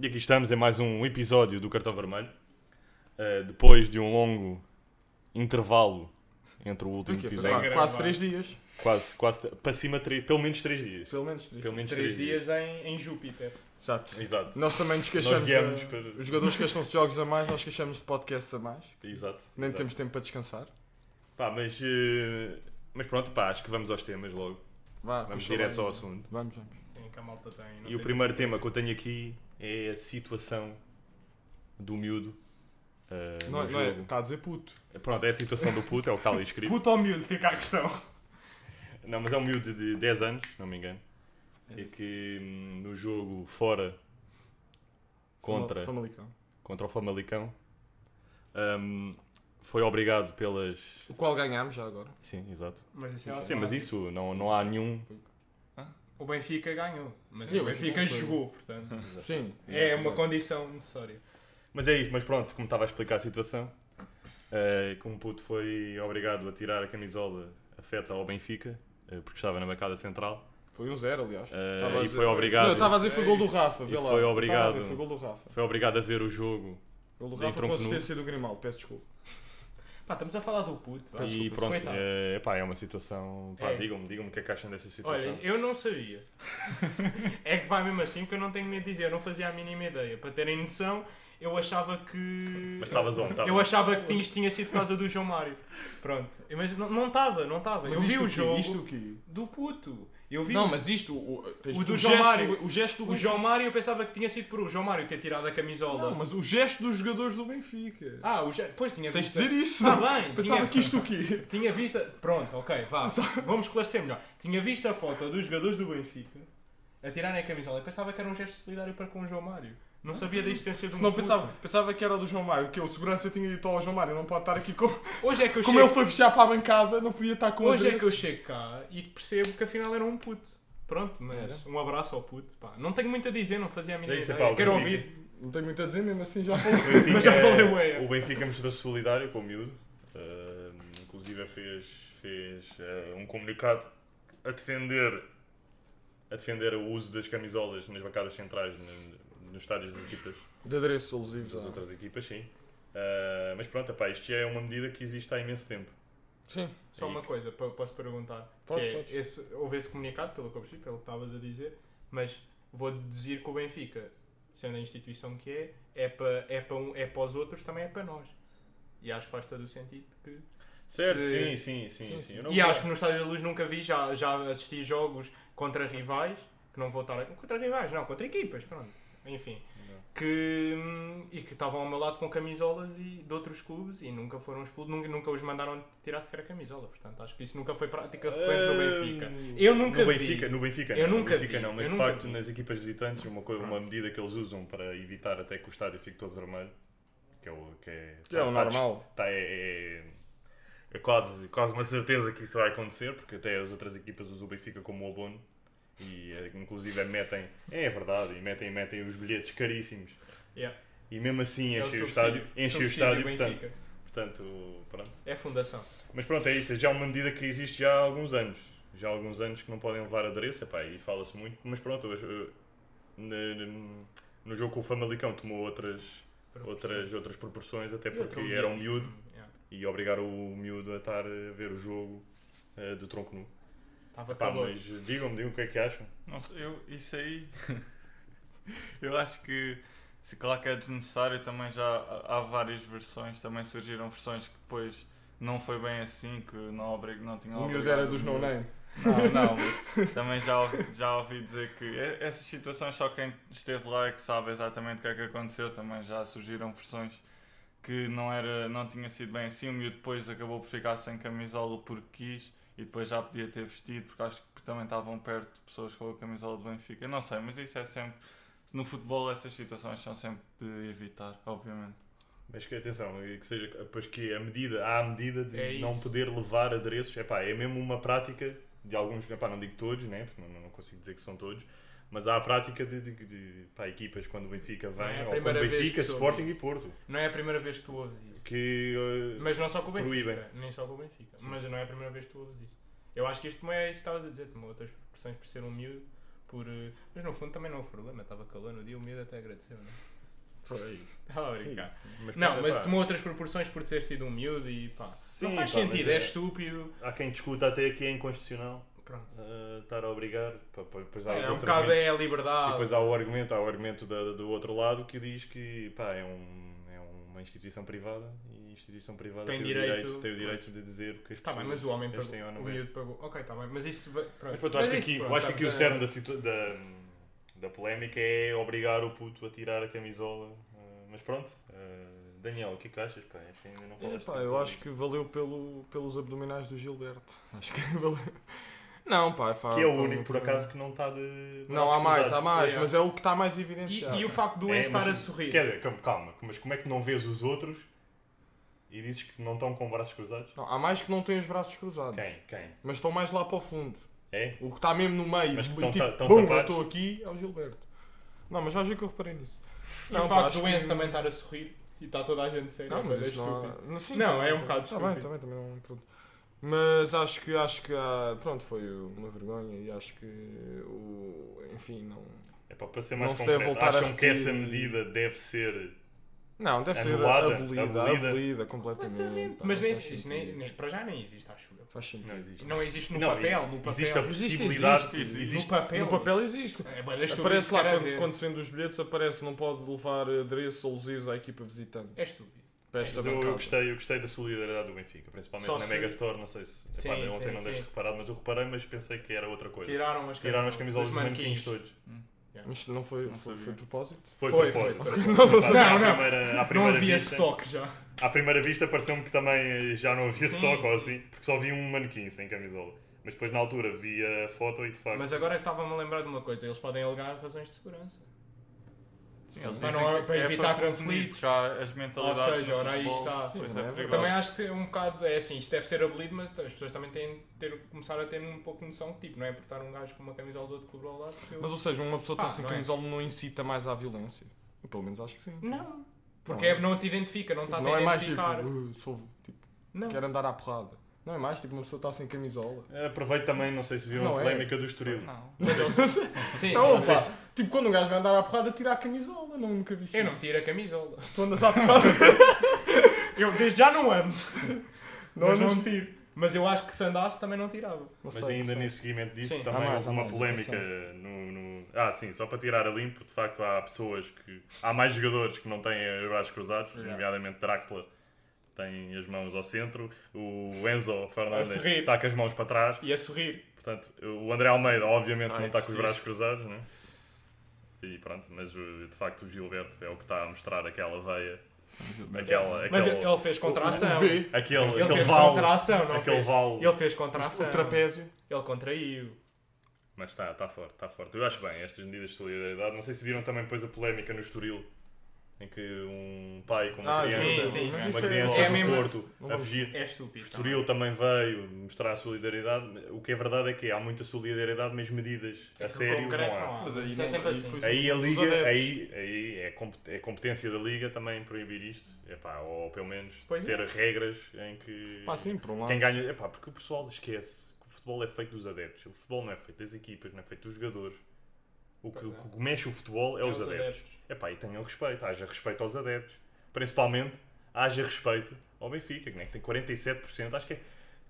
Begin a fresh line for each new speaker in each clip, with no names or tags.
E aqui estamos em mais um episódio do Cartão Vermelho. Eh, depois de um longo intervalo entre o último
Porque foi
episódio,
qua- quase 3 dias.
quase, quase para cima, tre- pelo menos 3 dias.
Pelo menos 3
Pelo menos 3
Três
dias.
dias em, em Júpiter.
Exato.
Exato,
Nós também nos queixamos.
guiamos
eh,
para-
Os jogadores queixam-se de jogos a mais, nós queixamos de podcasts a mais.
exato.
Nem
exato.
temos tempo para descansar.
Pá, mas, eh, mas pronto, pá, acho que vamos aos temas logo.
Vá,
Vamos
puxa
diretos
lá.
ao assunto.
Vamos, vamos.
Sim, que a malta tem. não
E o
tem-
primeiro tema que eu tenho aqui é a situação do miúdo. eh,
Não,
no
não é,
jogo.
está a dizer puto.
Pronto, é a situação do puto, é o que está ali escrito.
Puto ou miúdo, fica a questão.
Não, mas é um miúdo de 10 anos, se não me engano.
É
E que hum, no jogo fora contra,
Fama- Famalicão.
contra o Famalicão hum, foi obrigado pelas.
O qual ganhámos já agora.
Sim, exato.
Mas isso é
Sim, mas
automático.
isso não, não há nenhum.
O Benfica ganhou. Mas
Sim,
o
o
Benfica
Benfica
jogou, portanto.
Sim.
É
exato,
uma
exato.
condição necessária.
Mas é isso, mas pronto, como estava a explicar a situação, eh, que um puto foi obrigado a tirar a camisola afeta ao Benfica, eh, porque estava na bancada central.
Foi um zero, aliás.
Eh,
Estava a
e
dizer-
foi obrigado.
Não, eu estava a dizer foi gol do Rafa, vê
E
lá.
foi
Estava a ver,
obrigado.
Foi gol do Rafa.
Foi obrigado a ver o jogo
Gol do
Em
Rafa com
tronco nu.
assistência do Grimaldo, peço desculpa.
Pá, estamos a falar do puto. vá.
e
desculpa.
pronto,
Coitado.
eh, epá, é uma situação. Pá,
É.
digam-me, digam-me o que é que acham dessa situação.
Olha, eu não sabia. é que vai mesmo assim que eu não tenho medo de dizer. Eu não fazia a mínima ideia. Para terem noção, eu achava que.
Mas tá estavas on, estavas
Eu achava que tinha, tinha sido por causa do João Mário. Pronto. Mas não- não estava, não estava. Eu
isto
vi o
quê?
jogo
Isto o quê?
do puto. Eu vi
Não,
o
mas isto, o, o- tens-
O do
o
João
gesto,
Mário.
O gesto do
O João
Benfica.
Mário eu pensava que tinha sido por o João Mário ter tirado a camisola.
Não, mas o gesto dos jogadores do Benfica.
Ah, o ja... pois tinha
tens de
visto.
dizer isso.
Está
não?
Ah, bem,
Pensava
tinha...
que isto o quê?
tinha visto. Pronto, ok, vá. Vamos esclarecer melhor. Tinha visto a foto dos jogadores do Benfica a tirarem a camisola e pensava que era um gesto solidário para com o João Mário. Não sabia da existência um do
Se não pensava, pensava que era do João Mário, que o segurança tinha dito ao João Mário, não pode estar aqui com...
Hoje é que eu
Como
chego.
ele foi fechar para a bancada, não podia estar com o
Hoje é que eu
adereço.
chego cá e percebo que afinal era um puto. Pronto, mas
Era.
um abraço ao puto. Pá. Não tenho muito a dizer, não fazia a mínima
É isso, é
ideia.
pá, o
Quero
Benfica.
ouvir.
Não tenho muito a dizer, mesmo assim já falei.
Benfica- é-
Mas já falei, ué.
O Benfica mostrou-se solidário com o miúdo. Ah, inclusive fez, fez ah, um comunicado a defender, a defender o uso das camisolas nas bancadas centrais, no- nos estádios das equipas,
De adereços alusivos.
das
ah.
outras equipas, sim. Ah, mas pronto, epá, isto já é uma medida que existe há imenso tempo.
Sim.
Só
Aí
uma
que-
coisa, po- posso perguntar?
Podes,
que é,
podes.
Esse, houve esse comunicado, pelo que eu percebi, pelo que estavas a dizer, mas vou deduzir que o Benfica, sendo a instituição que é, é para é pa um, é pa os outros, também é para nós. E acho que faz todo o sentido que...
Certo,
Se-
sim, sim, sim. sim,
sim.
Eu não
E acho que no Estádio da Luz nunca vi, já, já assisti jogos contra rivais, que não vou estar... a- Contra rivais, não, contra equipas, pronto. Enfim,
Não.
que, hum, e que estavam ao meu lado com camisolas e, de outros clubes e nunca foram expulsos, nunca, nunca os mandaram tirar sequer a camisola. Portanto, acho que isso nunca foi prática frequente no Benfica.
Hum.
Eu nunca
no
vi.
Benfica, No Benfica,
Eu
não, no
nunca
Benfica
vi,
não, mas
eu
de
nunca
facto
vi.
nas equipas visitantes, uma, coisa, uma
Pronto.
medida que eles usam para evitar até que o estádio fique todo vermelho, que é o que é,
Que é o
tá-
normal.
tá- é, é- é quase, quase uma certeza que isso vai acontecer, porque até as outras equipas usam o Benfica como abono e eh, inclusive metem, é verdade, e metem, metem os bilhetes caríssimos
Yeah.
e mesmo assim enchem
É
o,
subsídio-
estádio, enchem o
subsídio
estádio, portanto,
Benfica.
portanto, pronto.
É fundação.
Mas pronto, é isso. É já uma medida que existe já há alguns anos. Já há alguns anos que não podem levar adereço, epá, e fala-se muito. Mas pronto, eu- eu- ne- ne- no jogo com o Famalicão tomou outras, outras, outras proporções, até porque era um miúdo
Yeah.
e obrigar o miúdo a estar a ver o jogo eh, do tronco nu.
Estava
Pá,
calor.
mas digam-me, digam o que é que acham.
Não, eu, isso aí. eu acho que. Se claro que é desnecessário, também já há- há várias versões. Também surgiram versões que depois não foi bem assim, que não, obrigo, não tinham
O miúdo
obrigado
era
o
dos
miúdo.
no-name.
Não, não, mas também já ouvi, já ouvi dizer que e- essas situações só quem esteve lá é que sabe exatamente o que é que aconteceu. Também já surgiram versões que não, era, não tinha sido bem assim. O miúdo depois acabou por ficar sem camisola porque quis e depois já podia ter vestido porque acho que também estavam perto de pessoas com a camisola do Benfica. Eu Não sei, mas isso é sempre. No futebol essas situações são sempre de evitar, obviamente.
Mas que atenção, e que seja, pois que a medida, há a medida de
É isso.
não poder levar adereços, epá, é mesmo uma prática de alguns, epá, não digo todos, né? porque não, não consigo dizer que são todos, mas há a prática de, de, de, pá, equipas quando o Benfica vem,
Não é a
ou quando
primeira vez
Benfica,
que soube
Sporting e
isso.
Porto,
Não é a primeira vez que tu ouves isso.
que eh,
Mas não só com o Benfica.
Proíbem.
Nem só com o Benfica. Mas não é a primeira vez que tu ouves isso. Eu acho que isto não é isso que estavas a dizer. Tomou outras proporções por ser um miúdo. por. eh, Mas no fundo também não houve problema, estava calor no dia, o medo até agradeceu, não é?
Foi.
Estava a brincar.
Mas
Não,
pronto,
mas
pá,
tomou outras proporções por ter sido humilde e pá.
Sim,
não faz
pá, mas
sentido,
é-
é estúpido.
Há quem discuta até aqui é inconstitucional
Pronto.
eh, estar a obrigar. pá, pá, Depois há
É
outro
um bocado
argumento.
é a
E
liberdade.
depois há o argumento, há o argumento da- do outro lado que diz que pá, é, um- é uma instituição privada e a instituição privada
Tem
tem, o,
direito-
direito, tem o direito de dizer o que as
Tá
pessoas
bem, mas o homem
é eles
pagou.
têm ou não
O
é.
miúdo pagou. Ok, tá bem, mas isso. vai- Pronto.
Mas pronto, eu acho que
isso,
aqui, eu
pronto, tá
acho que aqui o
estamos a-
cerne da, situ- da, da polémica é obrigar o puto a tirar a camisola. eh, Mas pronto, eh, Daniel, o que é que achas? Pá? Acho que ainda não falaste
Epá,
sobre
eu acho
isso.
que valeu pelo, pelos abdominais do Gilberto. Acho que valeu. Não, pá, pá,
Que é o
pá,
único, por
foi-
acaso, que não está de.
Não, há mais, há mais,
Yeah.
mas é o que está mais
E,
evidenciado.
e o facto do
É,
Enzo estar a
mas-
sorrir.
Quer dizer, calma, calma, mas como é que não vês os outros e dizes que não estão com braços cruzados?
Não, há mais que não têm os braços cruzados,
Quem? Quem?
mas estão mais lá para o fundo.
É?
O que está mesmo no meio,
Mas
e
que
tipo,
estão ta- estão
bum, eu
tapados.
estou aqui, é o Gilberto. Não, mas vais ver que eu reparei nisso.
E
Não, pá,
o facto
acho
do Enzo
que-
também estar a sorrir e está toda a gente séria.
Não, mas
é
isso não,
estúpido.
há- não, sim,
Não,
também,
é um
também.
bocado
Tá bem,
estúpido.
também, também, não- pronto. Mas acho que, acho que há, pronto, foi uma vergonha e acho que, o, enfim, não...
É pá, para ser mais
Não sei,
concreto,
voltar a
acham que essa
repetir.
medida deve ser.
Não, deve ser
Anulada,
abolida, abolida,
abolida.
completamente. pá,
Mas
não
nem,
faz
isso
sentido.
nem- nem- para já nem existe, acho eu.
Faz sentido.
Não existe.
Não existe no
Não,
papel, no papel.
Existe a
Existe,
possibilidade.
existe,
existe.
No papel.
No papel existe.
É bué da estúpido,
aparece lá
quer
quando,
ver.
quando se vende os bilhetes, aparece, não pode levar adereços ou adesivos à equipa visitante.
É estúpido.
Para esta
Mas eu, eu
bancada.
gostei, eu gostei da solidariedade do Benfica, principalmente
Só
na
se-
Megastore. Não sei se.
Sim,
epá, eu ontem
sim,
não deixo
sim.
reparado, mas eu reparei, mas pensei que era outra coisa.
Tiraram as
Tiraram as camisolas
camisolas dos
dos manequins todos.
Isto não foi,
Não
foi,
sabia.
foi de propósito?
Foi,
Foi,
foi,
foi.
foi.
Não,
Mas
sei.
à
Não, não.
primeira- à
Não
primeira
havia
vista-
estoque já.
À primeira vista pareceu-me que também eh, já não havia
Sim,
stock ou
sim.
assim, porque só vi um manequim sem camisola. Mas depois na altura vi a foto e de facto.
Mas agora é estava-me a lembrar de uma coisa, eles podem alegar razões de segurança.
Sim, eles
Mas
dizem
não é
que
para evitar
prevenir,
conflitos.
porque há as mentalidades
Ou seja,
no
ora, aí
futebol,
está.
pois
Sim, também
é,
é verdade.
perigoso.
Também acho que um bocado é assim, isto deve ser abolido, mas as pessoas também têm de ter, começar a ter um pouco de noção que tipo, não é por estar um gajo com uma camisola do outro clube ao lado. que eu-
Mas ou seja, uma pessoa que
Ah,
está sem
não é.
camisola não incita mais à violência. Eu pelo menos acho que sim.
Não. Porque
Não
é- não te identifica, não está a te
não é mais tipo,
identificar.
"Uh, sou, tipo,
Não.
quero andar à porrada. Não é mais tipo, uma pessoa está sem camisola.
Aproveito também, não sei se viram
Não
a
é.
polémica do Estoril.
Não.
Mas eles... Sim,
Não,
sim,
pá,
sim.
tipo, quando um gajo vai andar à porrada, tira a camisola. Não, nunca vi
Eu não
isso.
tiro a camisola.
Tu andas à porrada.
Eu desde já não ando.
Não
mas
andas-
não tiro. Mas eu acho que se andasse também não tirava.
Não
Mas
sei,
ainda
não sei.
nesse seguimento disso
Sim.
também
Há mais,
houve uma
há mais,
polémica no, no- Ah, sim, só para tirar a limpo, de facto há pessoas que. Há mais jogadores que não têm os braços cruzados,
Yeah.
nomeadamente Draxler tem as mãos ao centro, o Enzo
Ah,
A
Fernandes
sorrir.
está com as mãos para trás,
E a sorrir.
portanto, o André Almeida obviamente
Ah,
não está com os
insistir.
braços cruzados, né? E pronto, mas uh, de facto o Gilberto é o que está a mostrar aquela veia,
é
aquela,
Mas
aquele,
ele fez contração.
O V,
aquele,
Ele
aquele
fez
vale,
contração, não
aquele
fez?
vale.
Ele fez
o
contração.
trapézio.
Ele contraiu.
Mas está, está forte, está forte. Eu acho bem estas medidas de solidariedade. Não sei se viram também depois a polémica no Estoril, em que um pai com uma
Ah,
criança,
sim, sim.
Mas
uma
isso é-
criança
é
do
mesmo-
Porto,
não
a
vamos-
fugir.
É
O
estúpido.
Estoril também veio mostrar solidariedade. O que é verdade é que há muita solidariedade, mas medidas a sério não
É concreto
há.
não há.
Mas aí
Isso é
não-
sempre
aí
assim.
foi-
Aí a
Os
Liga,
adeptos.
aí, aí é, comp- é competência da Liga também proibir isto. Epá, ou pelo menos
Pois é.
ter regras em que
Pá, sim, por um lado.
quem ganha. Epá, porque o pessoal esquece que o futebol é feito dos adeptos. O futebol não é feito das equipas, não é feito dos jogadores. O que, o que mexe o futebol é, os adeptos. Epá, e tenham respeito. Haja respeito aos adeptos. Principalmente, haja respeito ao Benfica, que, né, que tem 47%. Acho que é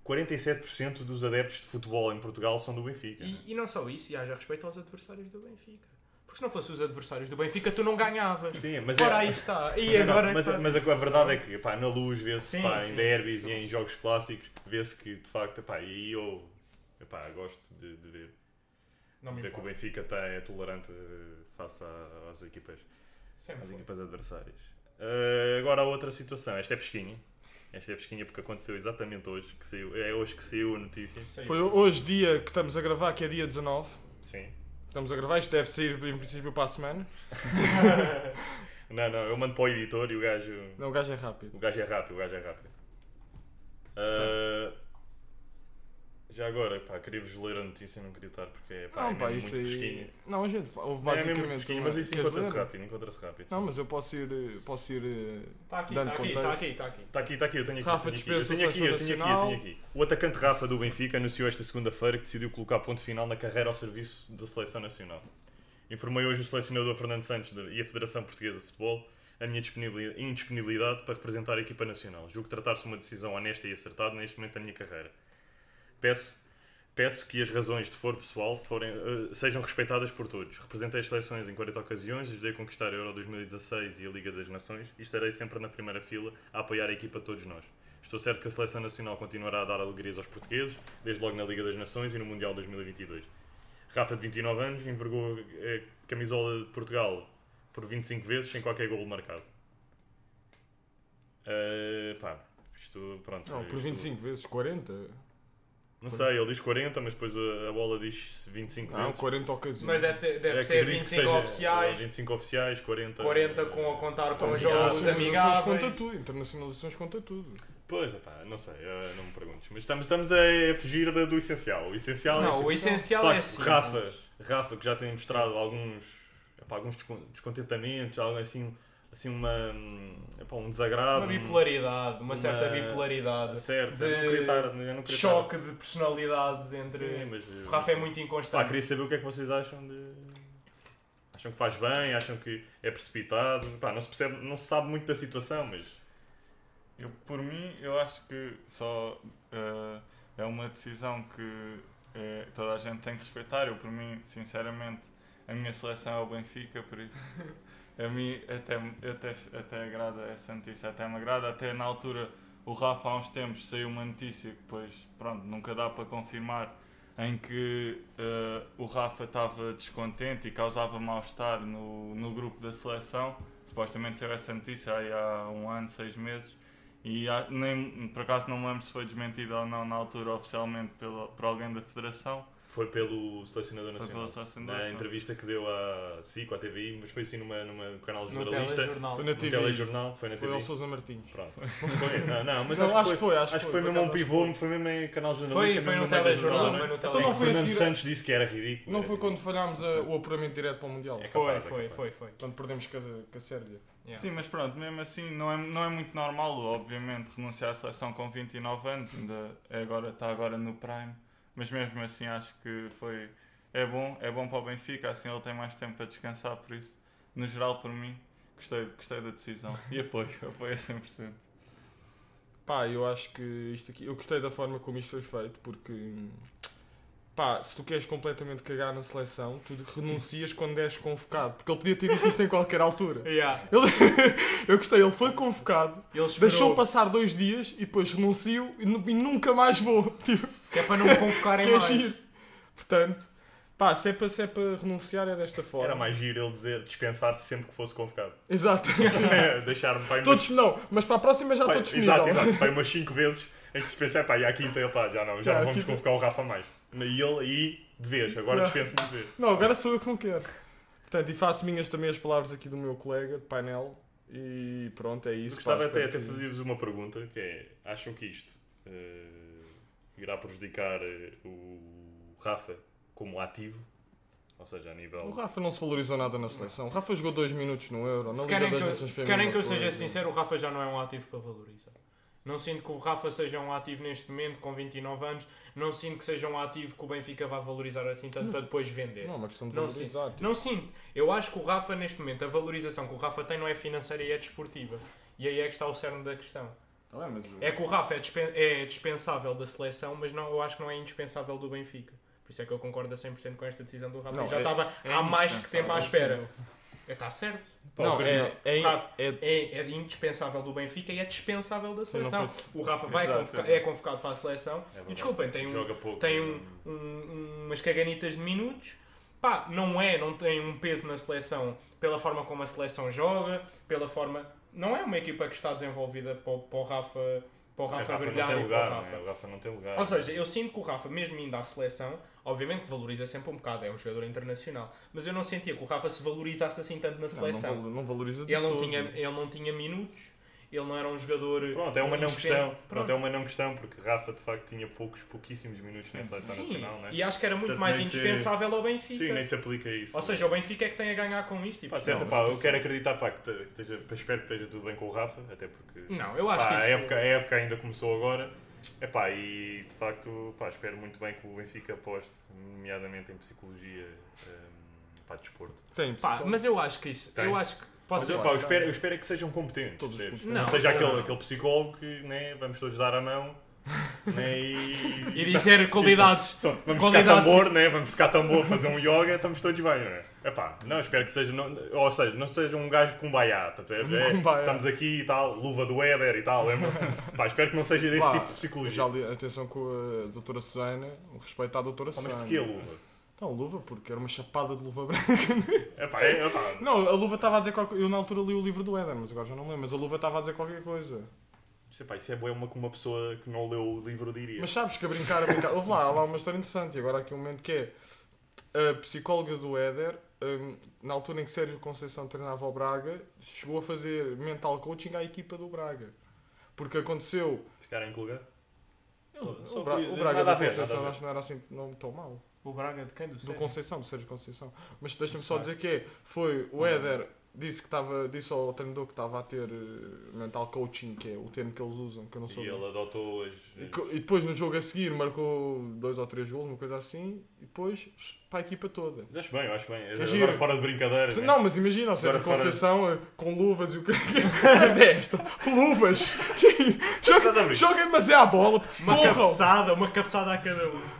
47% dos adeptos de futebol em Portugal são do Benfica. né?
E, e não só isso, e haja respeito aos adversários do Benfica. Porque se não fossem os adversários do Benfica, tu não ganhavas.
Sim, mas
Ora,
é-
aí está. E
Não, não,
agora. tá.
mas,
pá.
mas a, a verdade é que pá, na luz vê-se
Sim,
pá,
sim,
em derbys
sim.
e em jogos clássicos, vê-se que de facto, pá, e eu pá, gosto de, de ver,
Não me
ver que o
importa.
Benfica tá, é tolerante eh, face a- às equipas,
Sempre
às
foi.
equipas adversárias. Eh, agora a outra situação, esta é fresquinha. Esta é fresquinha porque aconteceu exatamente hoje que saiu. É hoje que saiu a notícia.
Saiu.
Foi hoje dia que estamos a gravar, que é dia 19.
Sim.
Estamos a gravar, isto deve sair em princípio para a semana.
Não, não, eu mando para o editor e o gajo.
Não, o gajo é rápido.
O gajo é rápido, o gajo é rápido. Ah, Já agora, pá, queria-vos ler a notícia e não queria estar porque é, pá,
não,
é
pá,
mesmo
isso
muito
aí.
fresquinho.
Não, gente, fa- houve
É mesmo
basicamente.
muito fresquinho,
uma-
mas isso
Queres
encontra-se
ler?
rápido, encontra-se rápido.
Não,
sim.
mas eu posso ir. eh, Posso ir. eh,
Está Tá aqui,
Dando
está aqui, está
contexto.
aqui, está aqui.
Está Tá aqui, está aqui, eu tenho aqui.
Rafa
eu tenho aqui,
dispensa
eu tenho aqui, eu
seleção
tenho aqui, eu tenho aqui. O atacante Rafa do Benfica anunciou esta segunda-feira que decidiu colocar ponto final na carreira ao serviço da seleção nacional. Informei hoje o selecionador Fernando Santos da- e a Federação Portuguesa de Futebol a minha disponibili- indisponibilidade para representar a equipa nacional. Julgo tratar-se de uma decisão honesta e acertada neste momento da minha carreira. Peço, peço que as razões de foro pessoal forem, eh, sejam respeitadas por todos. Representei as seleções em 40 ocasiões, ajudei a conquistar a Euro 2016 e a Liga das Nações e estarei sempre na primeira fila a apoiar a equipa de todos nós. Estou certo que a seleção nacional continuará a dar alegrias aos portugueses, desde logo na Liga das Nações e no Mundial 2022. Rafa, de 29 anos, envergou a camisola de Portugal por 25 vezes sem qualquer gol marcado. Eh, pá, isto, pronto.
Não, por
isto-
25 vezes, 40.
não sei, ele diz 40, mas depois a, a bola diz 25
Não,
vezes.
40 ocasiões.
Mas deve, ter- deve
É,
ser
acredito que
25
seja,
oficiais,
eh, 25 oficiais, 40.
40 com a contar com
Então,
os jogos
internacionalizações conta
amigáveis.
tudo. Internacionalizações conta tudo.
Pois, epá, não sei, eh, não me perguntes. Mas estamos, estamos a fugir da- do essencial. O essencial é
Não, o
de
essencial
facto,
é assim.
Rafa, Rafa, que já tem mostrado alguns, epá, alguns descon- descontentamentos, algo assim, assim uma, hum, epá, um desagrado.
Uma
um-
bipolaridade, uma certa
Uma-
bipolaridade.
Certo, eu não
de-
queria estar. Eu não queria
Choque de personalidades
estar-
entre.
Sim, mas, eh,
O Rafa é muito
Pá,
inconstante.
queria saber o que é que vocês acham de. Acham que faz bem, acham que é precipitado. Pá, não se percebe, não se sabe muito da situação, mas.
Eu, por mim, eu acho que só eh, é uma decisão que eh, toda a gente tem que respeitar. Eu, por mim, sinceramente, a minha seleção é o Benfica, por isso a mim até, me- até, até agrada essa notícia, até me agrada. Até na altura, o Rafa, há uns tempos, saiu uma notícia que depois, pronto, nunca dá para confirmar, em que eh, o Rafa estava descontente e causava mal-estar no, no grupo da seleção. Supostamente saiu essa notícia aí há um ano, seis meses. E há- nem, por acaso não me lembro se foi desmentido ou não na altura oficialmente pela, por alguém da Federação.
Foi pelo selecionador
Foi
nacional.
pela Associação da-
Na entrevista que deu à SIC, à TVI, mas foi assim numa, numa canal
No
generalista.
telejornal.
Foi na
No
TV.
telejornal, foi na
Foi ao
TVI.
Sousa Martins.
Pronto. Foi, não, não, mas
Não,
acho, que foi,
acho
acho que foi
por
mesmo um
acaso acho que
pivô, foi mesmo em canal jornalista.
Foi,
mesmo
foi no
em
telejornal,
telejornal,
foi no
não é? Em que
Então não foi a
telejornal.
Fernando
seguir-
Santos disse que era ridículo. é tipo,
Não
era
foi quando
ridículo.
falhámos a- o apuramento direto para o Mundial.
É capaz.
Foi,
é
foi,
capaz.
foi, foi.
Quando perdemos com a, com a Sérvia.
Yeah.
Sim, mas pronto, mesmo assim não é, não é muito normal, obviamente, renunciar à seleção com 29 anos, ainda é agora, está agora no prime, mas mesmo assim acho que foi, é bom, é bom para o Benfica, assim ele tem mais tempo para descansar, por isso, no geral, por mim, gostei, gostei da decisão e apoio, apoio a 100%.
Pá, eu acho que isto aqui. Eu gostei da forma como isto foi feito, porque. hum, Pá, se tu queres completamente cagar na seleção, tu renuncias quando és convocado. Porque ele podia ter dito isto em qualquer altura.
Yeah.
Ele, eu gostei, ele foi convocado,
Ele esperou,
deixou passar dois dias e depois renuncio e, nu- e nunca mais vou. Tipo,
que é para não me convocarem
que é
mais.
giro. Portanto, pá, se é para, se é para renunciar é desta forma.
Era mais giro ele dizer dispensar-se sempre que fosse convocado.
Exato.
Deixar-me para ir
Todos não, mas para a próxima já
Pá,
estou disponível.
Exato, exato. Pá, umas 5 vezes em que se pensa, pá, e à quinta, pá, já não, já
Já,
não
à
vamos
quinta.
convocar o Rafa mais. E ele aí, de vez, agora
Já.
dispenso-me de vez.
Não, agora sou eu que não quero. Portanto, e faço minhas também as palavras aqui do meu colega de painel. E pronto, é
Eu
isso.
gostava
pá,
até, até
espero que-
fazer-vos uma pergunta, que é, acham que isto eh, irá prejudicar eh, o Rafa como ativo? Ou seja, a
O
nível...
Rafa não se valorizou nada na seleção. O Rafa jogou 2 minutos no Euro.
Se
não
querem,
Liga
que
das
eu,
Nações
se
foi a
querem
mesma
que eu seja
coisa.
sincero, o Rafa já não é um ativo para valorizar. Não sinto que o Rafa seja um ativo neste momento, com 29 anos. Não sinto que seja um ativo que o Benfica vá valorizar assim tanto para depois vender.
Não, é uma questão de
Não, sim.
valorizar. tipo,
Não sinto. Eu acho que o Rafa, neste momento, a valorização que o Rafa tem não é financeira e é desportiva. E aí é que está o cerne da questão.
tá bem, mas o-
É que o Rafa é, dispen- é dispensável da seleção, mas não, eu acho que não é indispensável do Benfica. Por isso é que eu concordo a 100% com esta decisão do Rafa.
Não,
Eu já
é-
estava
é
há mais que tempo à
indispensável.
espera. É, Está certo.
Pá,
Não,
o
é,
Cardi-
é,
Rafa,
é-
É, é indispensável do Benfica e é dispensável da
Se não
seleção.
fosse-
O Rafa vai
Exato,
convoca-
é.
é convocado para a seleção.
verdade.
e desculpem, tem um,
joga pouco.
tem um- um- umas caganitas de minutos. Pá, não é, não tem um peso na seleção pela forma como a seleção joga, pela forma. Não é uma equipa que está desenvolvida para, o- para o Rafa, para
O
o Rafa
É, Rafa não
brilhar
tem
e para o
lugar,
Rafa.
né? o Rafa não tem lugar.
Ou seja, eu sinto que o Rafa, mesmo indo à seleção, obviamente que valoriza sempre um bocado, é um jogador internacional, mas eu não sentia que o Rafa se valorizasse assim tanto
Não,
na
não,
seleção.
valo- não valoriza de
ele, não
todo.
tinha, ele não tinha minutos, ele não era um jogador.
Pronto, é uma não
insistente.
questão. Pronto,
Pronto.
é uma não questão, porque Rafa de facto tinha poucos, pouquíssimos minutos na seleção
Sim,
nacional, né?
e acho que era muito
Portanto,
mais
nem se-
indispensável ao
Sim, nem
Benfica.
se aplica a isso.
Ou seja, o Benfica é que tem a ganhar com isto. e
Pá,
por
certo,
não,
pá, eu
mas-
quero acreditar pá, que te- que esteja, pá, espero que esteja tudo bem com o Rafa, até porque
Não, eu acho
pá, é um
que
a,
isso.
época, a época ainda começou agora. Epá, e de facto pá, espero muito bem que o Benfica aposte, nomeadamente em psicologia hum, pá, de desporto.
Tem,
Pá, mas eu acho que isso.
Tem.
Eu acho que.
Mas,
Posso
eu,
dizer-
só, eu, espero, eu espero é que sejam competentes.
Todos os
percebes?
clubes
Não
Não,
seja
sim.
aquele, aquele psicólogo que né, vamos todos dar a mão né, e...
E dizer qualidades.
Só- Vamos tocar
Qualidade,
tambor, né? Vamos tocar tambor, fazer um yoga, estamos todos bem, não é? Epá, não, espero que seja, não- ou seja, não seja um gajo com baiá, tá a perceber?
Um
É,
kumbaya.
estamos aqui e tal, luva do Éder e tal, lembra? Pá, espero que não seja desse tipo de psicologia.
Já li, atenção com a doutora Susana, um respeito à doutora
Pá, mas
Susana.
porquê a luva?
Não, luva, porque era uma chapada de luva branca.
Epá, é, epá,
Não, a luva estava a dizer qualquer Eu na altura li o livro do Éder, mas agora já não lembro. Mas a luva estava a dizer qualquer coisa.
isso, epá, isso é bué uma que uma pessoa que não leu o livro diria.
Mas sabes que a brincar, a brincar. Houve lá, há lá uma história interessante. E agora há aqui um momento que é. A psicóloga do Éder, hum, na altura em que Sérgio Conceição treinava o Braga, chegou a fazer mental coaching à equipa do Braga. Porque aconteceu.
Ficar em que lugar?
o, Bra- o Braga do Conceição acho que não era assim não tão mau.
O Braga de quem? Do
Do
Sérgio?
Conceição, do Sérgio Conceição. Mas deixa-me
Não
só
sei.
dizer que é, foi o Éder disse que estava, disse ao treinador que estava a ter eh, mental coaching, que é o termo que eles usam, que eu não
E
sou. bem.
ele adotou as...
E, co- e depois no jogo a seguir marcou dois ou três gols, uma coisa assim, e depois para a equipa toda.
Mas Acho bem, eu acho bem.
Que
Agora
giro.
fora de brincadeira.
É.
né?
Não, mas imagina, ou seja,
Agora fora-
Conceição eh, com luvas e o que é desta? Luvas!
Estás a
Joga-
brincar?
Joguem, mas é à bola,
Uma
corram!
cabeçada, uma cabeçada a cada um.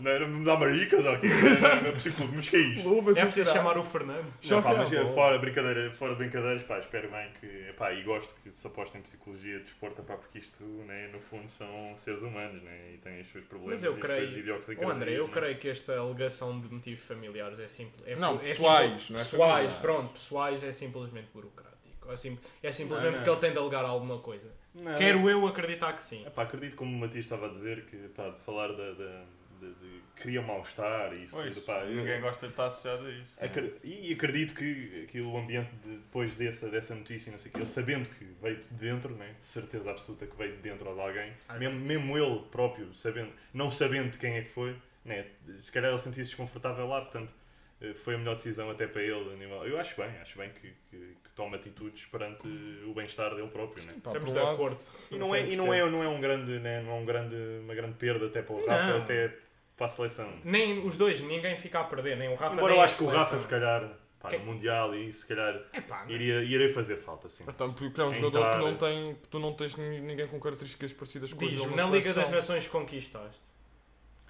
Não era me dar maricas ou o quê? Não é psicólogo, mas que é isto?
Luvas
É
e
preciso
caralho.
chamar o Fernando.
Não, pá,
Choque
é
mas é
à bola.
fora, de brincadeira, fora de brincadeiras, pá, espero bem que. Epá, e gosto que se aposta em psicologia de desporto, pá, porque isto, né, no fundo, são seres humanos né, e têm os seus problemas
Mas eu
e as
creio-
suas idiosincrasias,
Ô André, eu
né?
creio que esta alegação de motivos familiares é simples. É
Não,
é
pessoais,
simples-
não é
Pessoais,
familiares.
pronto, pessoais é simplesmente burocrático. É, sim- é simplesmente
Não, não.
porque ele tem de alegar alguma coisa.
Não.
Quero eu acreditar que sim.
Epá, acredito, como o Matias estava a dizer, que pá, de falar da. da- de, de- cria mal-estar e isso
Pois,
tudo, pá. eu- É
ninguém gosta de estar associado a isso.
Acre- E acredito que aquilo, o ambiente de- depois dessa, dessa notícia, não sei o quê, ele sabendo que veio de dentro, né? de certeza absoluta que veio de dentro ou de alguém,
Ah,
mesmo, mesmo ele próprio, sabendo, não sabendo de quem é que foi, né? se calhar ele sentia-se desconfortável lá, portanto eh, foi a melhor decisão até para ele. a nível- Eu acho bem, acho bem que, que, que toma atitudes perante o bem-estar dele próprio. Né?
Pá,
Estamos
por
de
um lado-
acordo.
E não é, e não é, não é, um grande, né? não é um grande, uma grande perda até para o Rafa,
Não.
até para a seleção.
Nem os dois, ninguém fica a perder, nem o Rafa
Embora
nem
eu
a
acho que o Rafa, se
seleção.
calhar, pá,
Que-
no Mundial e se calhar.
Epá, não.
Iria, irei fazer falta, sim.
Então, porque é um
Em
jogador que
Itália.
não tem, que tu não tens ni- ninguém com características parecidas com
Diz-me,
ele
na Liga das
seleção.
Nações conquistaste.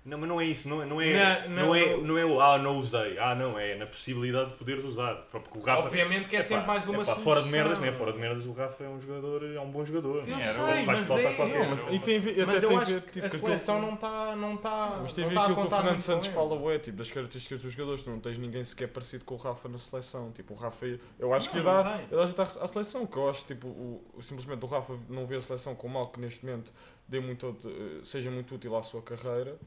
Não, mas não é isso, não, não, é,
Na-
não,
na-
é, não é o ah, não usei, ah, não, é na possibilidade de poderes usar. Próprio que o Rafa.
Obviamente que é
Epá,
sempre mais uma
epá,
solução.
fora de merdas, não é? Fora de merdas, o Rafa é um jogador, é um bom jogador.
Eu
não é?
sei,
Ele faz
mas
falta a
é-
qualquer.
Não, mas, e tem a ver, até
Mas
tem
eu
a
acho
ver,
que
tipo,
a
aquilo
seleção
que-
não está. Não tá,
Mas tem a
não
ver
tá
aquilo
a
que o
contar
Fernando
muito com
Santos
ele.
fala, ué, tipo, das características dos jogadores, tu não tens ninguém sequer parecido com o Rafa na seleção. Tipo, o Rafa, eu acho que
Não,
dá,
não tem.
ele já está à seleção, que eu acho, tipo, o, o- simplesmente o Rafa não vê a seleção como algo que neste momento dê muito, eh, seja muito útil à sua carreira,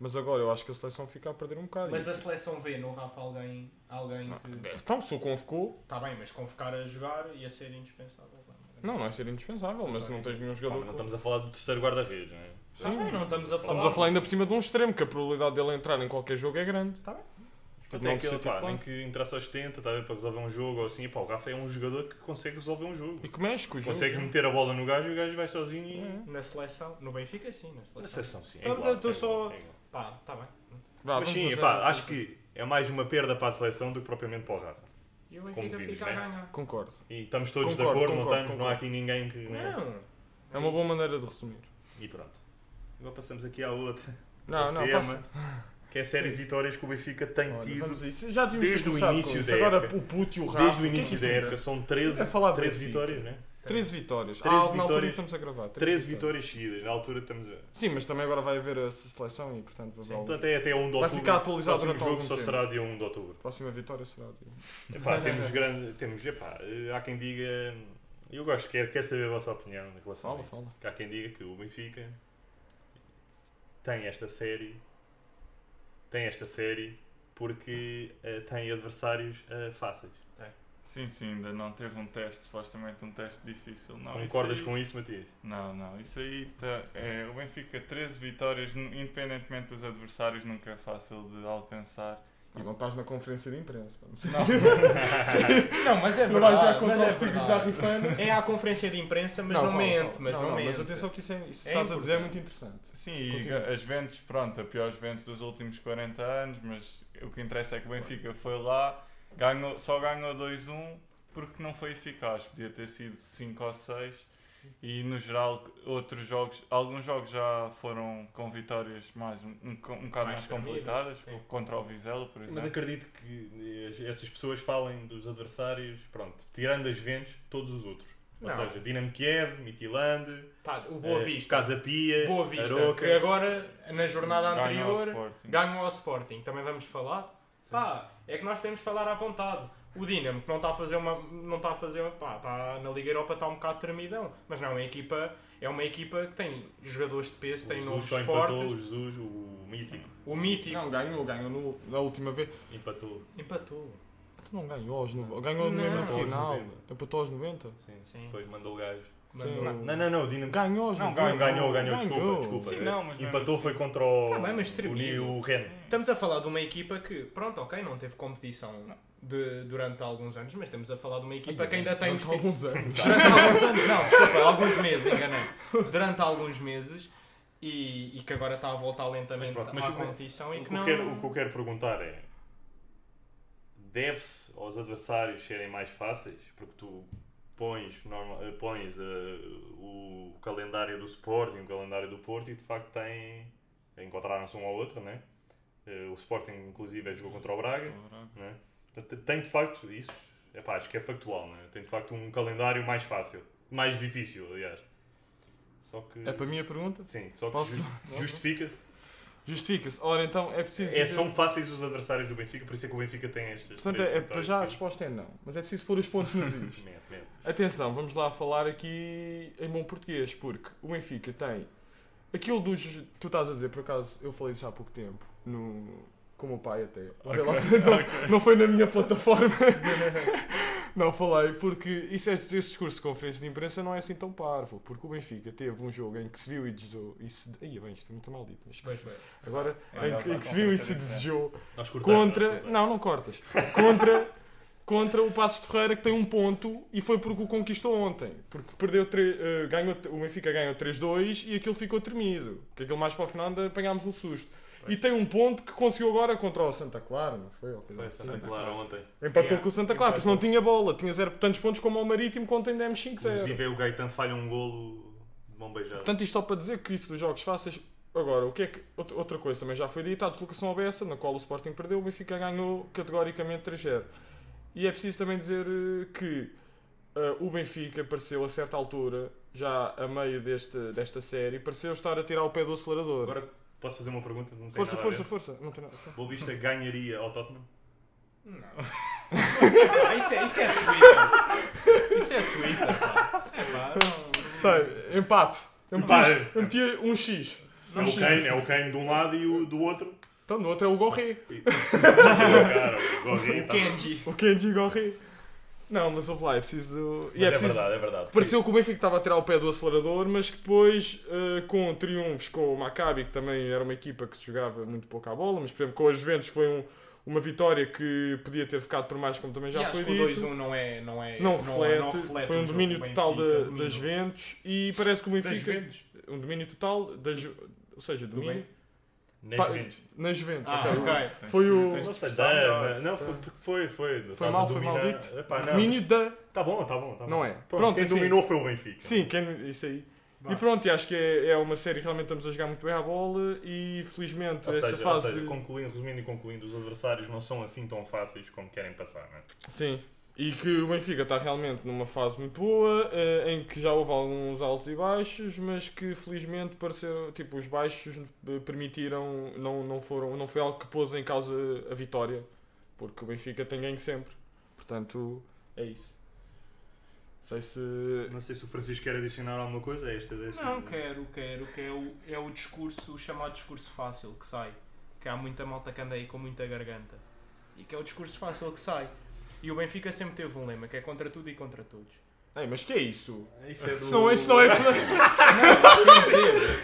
mas agora eu acho que a seleção fica a perder um bocado.
Mas
E-
a seleção vê no Rafa alguém, alguém
Ah,
que.
Então, se o convocou,
Está bem, mas convocar a jogar ia ser indispensável.
Não, não é ser indispensável, mas
é.
tu não tens
Pá,
nenhum
mas
jogador.
não
com-
estamos a falar do terceiro guarda-redes, não é?
Tipo,
Está Tá bem, não estamos a falar.
Estamos a falar ainda por cima de um extremo, que a probabilidade dele entrar em qualquer jogo é grande.
Portanto,
não tipo,
é
de ser
aquele pá,
titular.
nem que entrasse aos 70, está a ver, para resolver um jogo ou assim. E, pá, o Rafa é um jogador que consegue resolver um jogo.
E que mexe com o jogo. né?
Consegue meter a bola no gajo e o gajo vai sozinho e.
É.
Na seleção. No Benfica, sim, na
Na
seleção.
sessão, sim. É
Então,
igual,
eu tô
é igual,
só-
é igual.
Pá, está bem.
Vá,
Mas
Ah, vamos
sim,
fazer um
epá,
outra
acho
coisa.
que é mais uma perda para a seleção do que propriamente para o Rafa.
E o
Como
Benfica
vimos,
fica a
né?
ganhar.
Concordo.
E estamos todos
Concordo,
de acordo,
concordo,
não estamos? Não há
concordo.
aqui ninguém que. né?
Não.
É uma boa maneira de resumir.
E pronto. Agora passamos aqui à outra.
Não,
O
não,
tema,
passa.
Que é a série de vitórias que o Benfica tem
Olha,
tido
vamos a isso. Já tínhamos
desde o
começado com
início
isso.
da
Agora
época.
o puto e o Rafa.
desde o
que é que
início
isso
da
interessa?
época. São 13,
É falar do
13
Benfica.
vitórias, né?
13 vitórias.
Três
ah, na altura
vitórias.
em que estamos a gravar.
13 vitórias seguidas. Na altura estamos a.
Sim, mas também agora vai haver a seleção e, portanto, vai haver algum-
Portanto, é até 1 de outubro.
ficar atualizado
O próximo
durante
jogo
algum
só
tempo.
será dia 1 de outubro.
Próxima vitória será o dia.
Epá, temos grande. Temos, epá, eh, há quem diga. Eu gosto, quero, quero saber a vossa opinião em relação a
Fala,
isto.
fala.
Que Há quem diga que o Benfica tem esta série, tem esta série porque eh, tem adversários eh, fáceis.
Sim, sim, ainda não teve um teste, supostamente um teste difícil. Não,
Concordas
isso aí-
com isso, Matias?
Não, não, isso aí tá, é, o Benfica 13 vitórias, nu- independentemente dos adversários, nunca é fácil de alcançar.
Pá, não estás na conferência de imprensa. pá.
Não,
Não, mas é
Não vais já
verdade. Mas
contar
é,
os tigres da
verdade.
Rifana.
é à conferência de imprensa, mas não,
fala,
mente.
fala.
Mas não, mente.
Mas atenção que isso, é, isso
É
estás a dizer é
importante.
muito interessante.
sim, e
Continua.
a- as Juventus, pronto, a pior Juventus dos últimos 40 anos, mas o que interessa é que o Benfica foi lá, ganhou, só ganhou 2-1 porque não foi eficaz, podia ter sido 5 ou 6. E no geral, outros jogos, alguns jogos já foram com vitórias mais um, um, co- um
Mais
bocado
tremidas,
mais, complicadas,
sim.
contra o Vizela, por exemplo.
Mas acredito que as- essas pessoas falem dos adversários, pronto, tirando as Juventus, todos os outros. Ou
Não.
seja, Dinamo Kiev, Mitilande,
Pá, o Boa
eh,
Vista.
Casa Pia,
Boa Vista,
Aroca.
que agora, na jornada
Ganhou ao
anterior,
Sporting.
ganham ao Sporting. Também vamos falar? Pá, é que nós temos de falar à vontade. O Dinamo, que não está a fazer uma. Não está a fazer. Pá, está na Liga Europa, está um bocado tremidão. Mas não, é uma equipa. É uma equipa que tem jogadores de peso,
O
tem
Jesus
nomes
só empatou, o
fortes.
Jesus, o Mítico,
O Mítico
Não, ganhou, ganhou no- na última vez.
empatou.
empatou.
Então Não ganhou aos 90. Ganhou mesmo na
Não.
final.
Aos 90.
Empatou aos 90.
Sim.
Sim.
Depois mandou o gajo.
Mandou.
Sim.
Não, não, não, o Dinamo
Ganhou aos
Não,
90.
Hum. Ganhou, ganhou, ganhou, desculpa, desculpa.
Sim, não, mas mesmo
Empatou
assim.
foi contra o,
Tá bem, mas
o, Ni-
tremido.
o Ren.
Estamos a falar de uma equipa que, pronto, ok, não teve competição de, durante alguns anos, mas estamos a falar de uma equipa que ainda tem os
Durante alguns anos.
Durante alguns anos, não, desculpa, alguns meses, enganei. Durante alguns meses e, e que agora está a voltar lentamente
Mas pronto, mas
à
o que-
competição e
O
que
que, eu
não.
quero, o que eu quero perguntar é: deve-se aos adversários serem mais fáceis? Porque tu pões, norma- eh, pões eh, o calendário do Sporting, o calendário do Porto e de facto têm. encontraram-se um ao outro, né? Eh, O Sporting, inclusive, é jogou contra o Braga, né? Portanto, Tem de facto isso. Epá, acho que é factual, né? Tem de facto um calendário mais fácil, mais difícil, aliás. Só que.
É para mim a pergunta?
Sim, só que
Posso?
ju- justifica-se.
Justifica-se. Ora, então é preciso.
É,
dizer-
são fáceis os adversários do Benfica, por isso é que o Benfica tem estas.
Portanto,
três
é, é- para
vitórias.
já a resposta é não. Mas é preciso pôr os pontos nos is.
Mete, mete.
Atenção, vamos lá falar aqui em bom português, porque o Benfica tem aquilo dos. Tu estás a dizer, por acaso, eu falei isso há pouco tempo, no, com o meu pai até. Olha lá, não, não foi na minha plataforma. não falei, porque isso, é- esse discurso de conferência de imprensa não é assim tão parvo, porque o Benfica teve um jogo em que se viu e desejou. E se, ia bem, isto foi muito maldito, mas.
Pois bem.
Agora,
É,
em
nós
que, em
lá
que se viu e
conferência
se
de imprensa.
desejou
Nós cortamos.
contra. Não, não cortas. Contra, contra o Passos de Ferreira que tem um ponto e foi porque o conquistou ontem. Porque perdeu tre- eh, ganhou, o Benfica ganhou 3-2 e aquilo ficou tremido. Que aquilo mais para o final ainda apanhámos um susto. E tem um ponto que conseguiu agora contra o Santa Clara, não foi? Ou coisa
Foi
assim.
Santa Clara ontem.
Empatou
Yeah,
com o Santa Clara, por isso não tinha bola, tinha zero tantos pontos como o Marítimo, que ontem demos 5-0.
Inclusive o Gaetan falha um golo de mão beijada.
Portanto, isto só para dizer que isso dos jogos fáceis. Agora, o que é que. out- Outra coisa também já foi dita, a deslocação ao Bessa, na qual o Sporting perdeu, o Benfica ganhou categoricamente 3-0. E é preciso também dizer eh, que eh, o Benfica pareceu, a certa altura, já a meio deste, desta série, pareceu estar a tirar o pé do acelerador.
Agora posso fazer uma pergunta? Não tem
força,
nada a
força,
ver.
força. Não tem nada.
Boa Vista ganharia ao Tottenham?
Não. Ah, isso, é, isso é Twitter. Isso é Twitter, pá. É pá,
Tá
não.
Sei, empate. Eu meti,
Empate.
eu meti um X.
É o Kane, é o Kane de um lado e o do outro.
Então, no outro é o Gorré.
E- Cara, o Gorri,
O
tá-
Kenji.
O Kenji Gorré. Não, mas houve lá, é preciso.
Mas
E
é
é preciso
verdade, é verdade.
Pareceu que o Benfica estava a tirar o pé do acelerador, mas que depois, eh, com triunfos com o Maccabi, que também era uma equipa que se jogava muito pouco à bola, mas por exemplo com os Juventus foi um- uma vitória que podia ter ficado por mais, como também já
e acho
foi
que o 2-1
dito.
não é. Não, é,
Não reflete,
não reflete
foi
o
um
jogo
domínio
do
total
Benfica,
da-
domínio
das Juventus e parece que o
das
Benfica.
Juventus.
Um domínio total, das, Ju- ou seja, domínio
Nas
Pa-
Juventus.
nas Juventus.
Ah,
ok.
ok.
Foi o-
Não sei,
Tens-
dá, não, foi, porque foi, foi. Estás a
mal, foi
dominar.
maldito.
Epá, não,
Domínio da.
Tá bom, tá bom, tá bom.
Não é.
Pronto,
Pronto,
quem
enfim.
dominou foi o Benfica.
Sim, quem- isso aí.
Vá.
E pronto, e acho que é, é uma série, realmente estamos a jogar muito bem à bola e felizmente
Ou
essa
seja,
fase
ou seja
de.
concluindo, resumindo e concluindo, os adversários não são assim tão fáceis como querem passar, não é?
Sim. E que o Benfica está realmente numa fase muito boa, eh, em que já houve alguns altos e baixos, mas que felizmente pareceu, tipo, os baixos eh, permitiram, não, não, foram, não foi algo que pôs em causa a vitória, porque o Benfica tem ganho sempre. Portanto, é isso. Não sei se.
Não sei se o Francisco quer adicionar alguma coisa a esta desta.
Não, quero, quero, que é o, é o discurso, o chamado discurso fácil que sai. Que há muita malta que anda aí com muita garganta. E que é o discurso fácil que sai. E o Benfica sempre teve um lema, que é contra tudo e contra todos.
Ei, mas que é isso?
Isso é do...
Se não, isso não é, isso não é,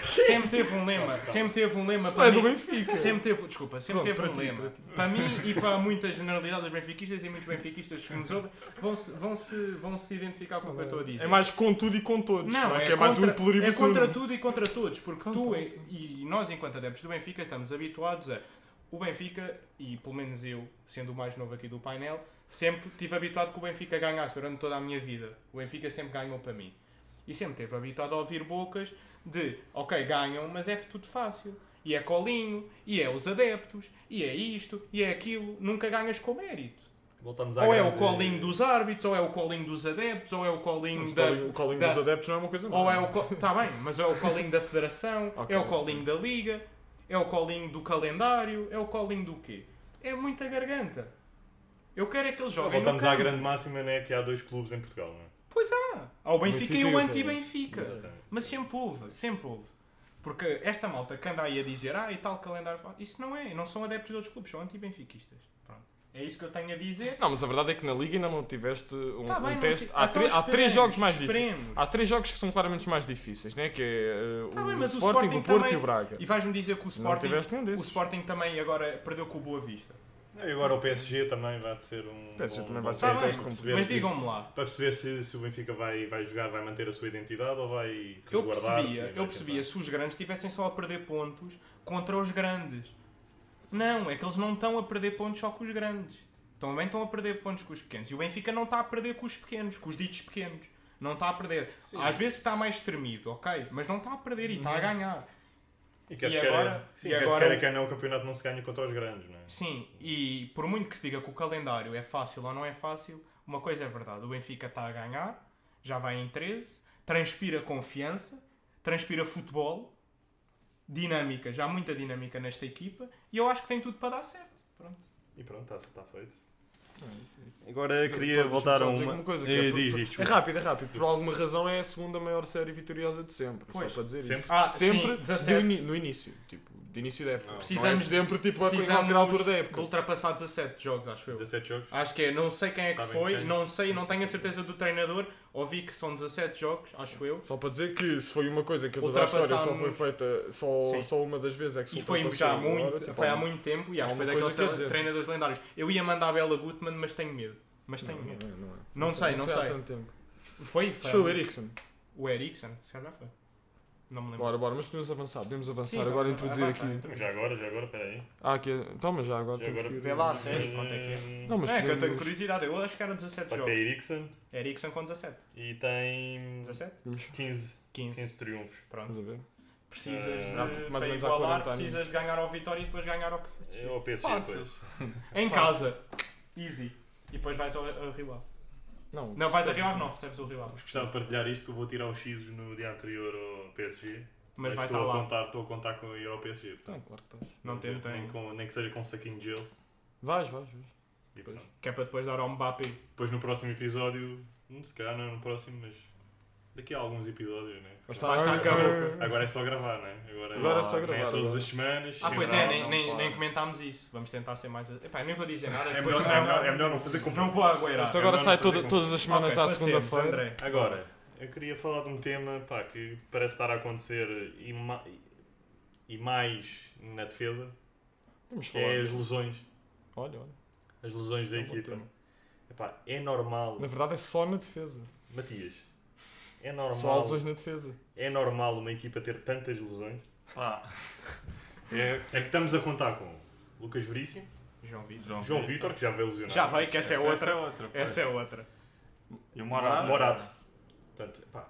Sempre teve um lema, sempre teve um lema
isso não é
para
do
mim.
Benfica.
Sempre teve, desculpa, sempre
Pronto,
teve um
para ti,
lema.
para ti.
Para mim e para muita generalidade dos benfiquistas e muitos benfiquistas que nos ouvem, vão se, vão -se, vão -se identificar com o que eu estou a dizer.
É mais com tudo e com todos.
Não,
é,
é,
que é mais
contra,
um pluribus
é contra
unum.
tudo e contra todos, porque tu
Contra
e, e nós, enquanto adeptos do Benfica, estamos habituados a. O Benfica, e pelo menos eu, sendo o mais novo aqui do painel, sempre estive habituado que o Benfica ganhasse durante toda a minha vida. O Benfica sempre ganhou para mim. E sempre esteve habituado a ouvir bocas de, ok, ganham, mas é tudo fácil. E é colinho, e é os adeptos, e é isto, e é aquilo. Nunca ganhas com mérito.
Voltamos à
Ou é o
grande-
colinho dos árbitros, ou é o colinho dos adeptos, ou é o
Mas
colinho
o
da,
calling- O calling
da-
dos adeptos não é uma coisa má.
ou é o co- tá bem, mas é o colinho da federação,
Ok.
é o colinho da liga, é o colinho do calendário, é o colinho do quê? É muita garganta. Eu quero é que eles joguem no
Voltamos à
campo.
grande máxima, né? Que há dois clubes em Portugal, não é?
Pois há. Há o Benfica,
Benfica
e
e o
o
Exatamente.
anti-Benfica. Mas sempre houve, sempre houve. Porque esta malta que anda aí a dizer, ah, e tal calendário, fa-", isso não é, não são adeptos de outros clubes, são anti-benfiquistas. Pronto. É isso que eu tenho a dizer.
Não, mas a verdade é que na Liga ainda não tiveste um,
Tá
um
bem, não
teste.
ti-
Há,
então
tre- há três
esperemos,
jogos mais difíceis.
esperemos.
Há três jogos que são claramente os mais difíceis, né? que é uh,
Tá
o,
bem, mas o
Sporting,
Sporting
o Porto
também-
e o Braga.
E vais-me dizer que o
não
Sporting,
tiveste nenhum
o
desses.
Sporting também agora perdeu com o Boa Vista.
E agora o PSG também vai ser um.
PSG
bom-
também
bom
vai ser
Tá
teste
um
bem,
teste
para perceber
mas
se-
digam-me lá,
Para perceber se, se o Benfica vai, vai jogar, vai manter a sua identidade ou vai
Eu
resguardar-se e é
percebia,
vai
eu percebia
tentar.
se os grandes estivessem só a perder pontos contra os grandes. Não, é que eles não estão a perder pontos só com os grandes. Também estão a perder pontos com os pequenos. E o Benfica não está a perder com os pequenos, com os ditos pequenos. Não está a perder. Às vezes está mais tremido, ok? Mas não está a perder e está a ganhar.
E quer
E
se quer-
agora-
sim,
e
quer se
agora
quer
o-
é que não, o campeonato não se ganha contra os grandes, não é?
Sim, e por muito que se diga que o calendário é fácil ou não é fácil, uma coisa é verdade. O Benfica está a ganhar, já vai em 13, transpira confiança, transpira futebol, dinâmica, já há muita dinâmica nesta equipa, e eu acho que tem tudo para dar certo. Pronto.
E pronto, está está feito.
É
Agora
Pá,
queria
deixa-me
voltar
só
a
dizer
uma.
uma coisa, que
Eh,
é por-
diz
por-
isto.
É rápido, é rápido. Por alguma razão é a segunda maior série vitoriosa de sempre.
Pois,
só para dizer
sempre.
isso.
Ah,
Sempre
sim,
do
17.
ini- no início. Tipo, de início da época. Não.
Precisamos
é de sempre tipo a
Precisamos
qualquer altura da
de
época.
ultrapassar 17 jogos, acho eu.
17 jogos.
Acho que é, não sei quem é que
Sabem
foi,
quem?
não sei, não tenho a certeza do treinador, ouvi que são 17 jogos, acho eu.
Só para dizer que se foi uma coisa que eu toda a história só foi
Ultrapassámos-
feita só,
Sim.
só uma das vezes é que se
E foi
ultrapassou
já há
agora,
muito,
tipo,
foi há
uma-
muito tempo e acho que
há
foi
uma coisa
daqueles
que quer
tre-
dizer.
treinadores lendários. Eu ia mandar a Bela Gutmann, mas tenho medo. Mas tenho
Não,
medo.
é, não é.
Não sei,
foi
não
há
sei.
tanto tempo.
Foi?
Isto
Foi,
Foi o Ericsson.
O Ericsson, se calhar foi. Não me lembro.
Bora, bora, mas podemos avançar, podemos avançar.
Sim,
agora
vamos
introduzir
avançar.
aqui.
Então, já agora, já agora, peraí.
Ah, aqui. Toma já agora.
Já
temos
agora-
que ir-
é Vê lá a série, quanto é que é.
Hum,
Não, mas
é que eu tenho
podemos-
curiosidade, eu acho que eram 17
Vai ter
jogos.
Eriksen
Ericsson com 17.
e tem
17?
podemos-
15,
15.
15 triunfos.
Pronto.
Vamos a ver.
Precisas
Eh,
de,
dá mais ou
para
menos há
igualar,
40 anos.
precisas de ganhar ao Vitória e depois ganhar ao
É
PSG.
o PSG
Fácil.
depois.
Em
Fácil.
casa. Easy. E depois vais ao, ao rival.
Não,
Não, vais a
percebe.
rival não, recebes o rival.
Mas gostava de partilhar isto que eu vou tirar os X no dia anterior ao PSG.
Mas, vai
estou
estar
a
lá.
contar, estou a contar com ir ao PSG. portanto,
Então, claro que estás.
Não tentem.
Nem, com- nem que seja com um saquinho de gelo.
Vais, vais, vais.
E
Pois.
pronto.
Que é para depois dar ao Mbappé.
Depois no próximo episódio, hum, se calhar não é no próximo, mas daqui a alguns episódios, né?
Mas tá,
Vai estar cá,
Agora-
Agora é só gravar, né? Agora,
Agora é só
nem
gravar,
todas
agora.
as semanas.
Ah,
sem
pois é,
nada.
nem,
não
nem,
pode.
nem comentámos isso. Vamos tentar ser mais. Epá, nem vou dizer nada.
É
depois
melhor,
não,
é, melhor, é melhor não fazer
não
compras.
vou agueirar.
Isto
É
agora
melhor
sai
não fazer
toda- todas as semanas
Ok,
à
passemos,
segunda-feira.
André.
Agora, eu queria falar de um tema pá, que parece estar a acontecer e, ma- e mais na defesa,
Vamos
que é
falar.
as lesões.
Olha, olha.
As lesões da
é um bom
então.
equipa.
tema.
Epá, é normal,
Na verdade é só na defesa.
Matias, é
Só há
normal,
lesões na defesa.
é normal uma equipa ter tantas lesões.
Pá,
É, que estamos a contar com Lucas Veríssimo,
João Vitor.
João,
João
Vitor.
Vitor, que já veio lesionado.
Já vai, que essa é
Essa é
outra.
outra. pá.
Essa é outra.
E o Morato.
Morato. Portanto, pá,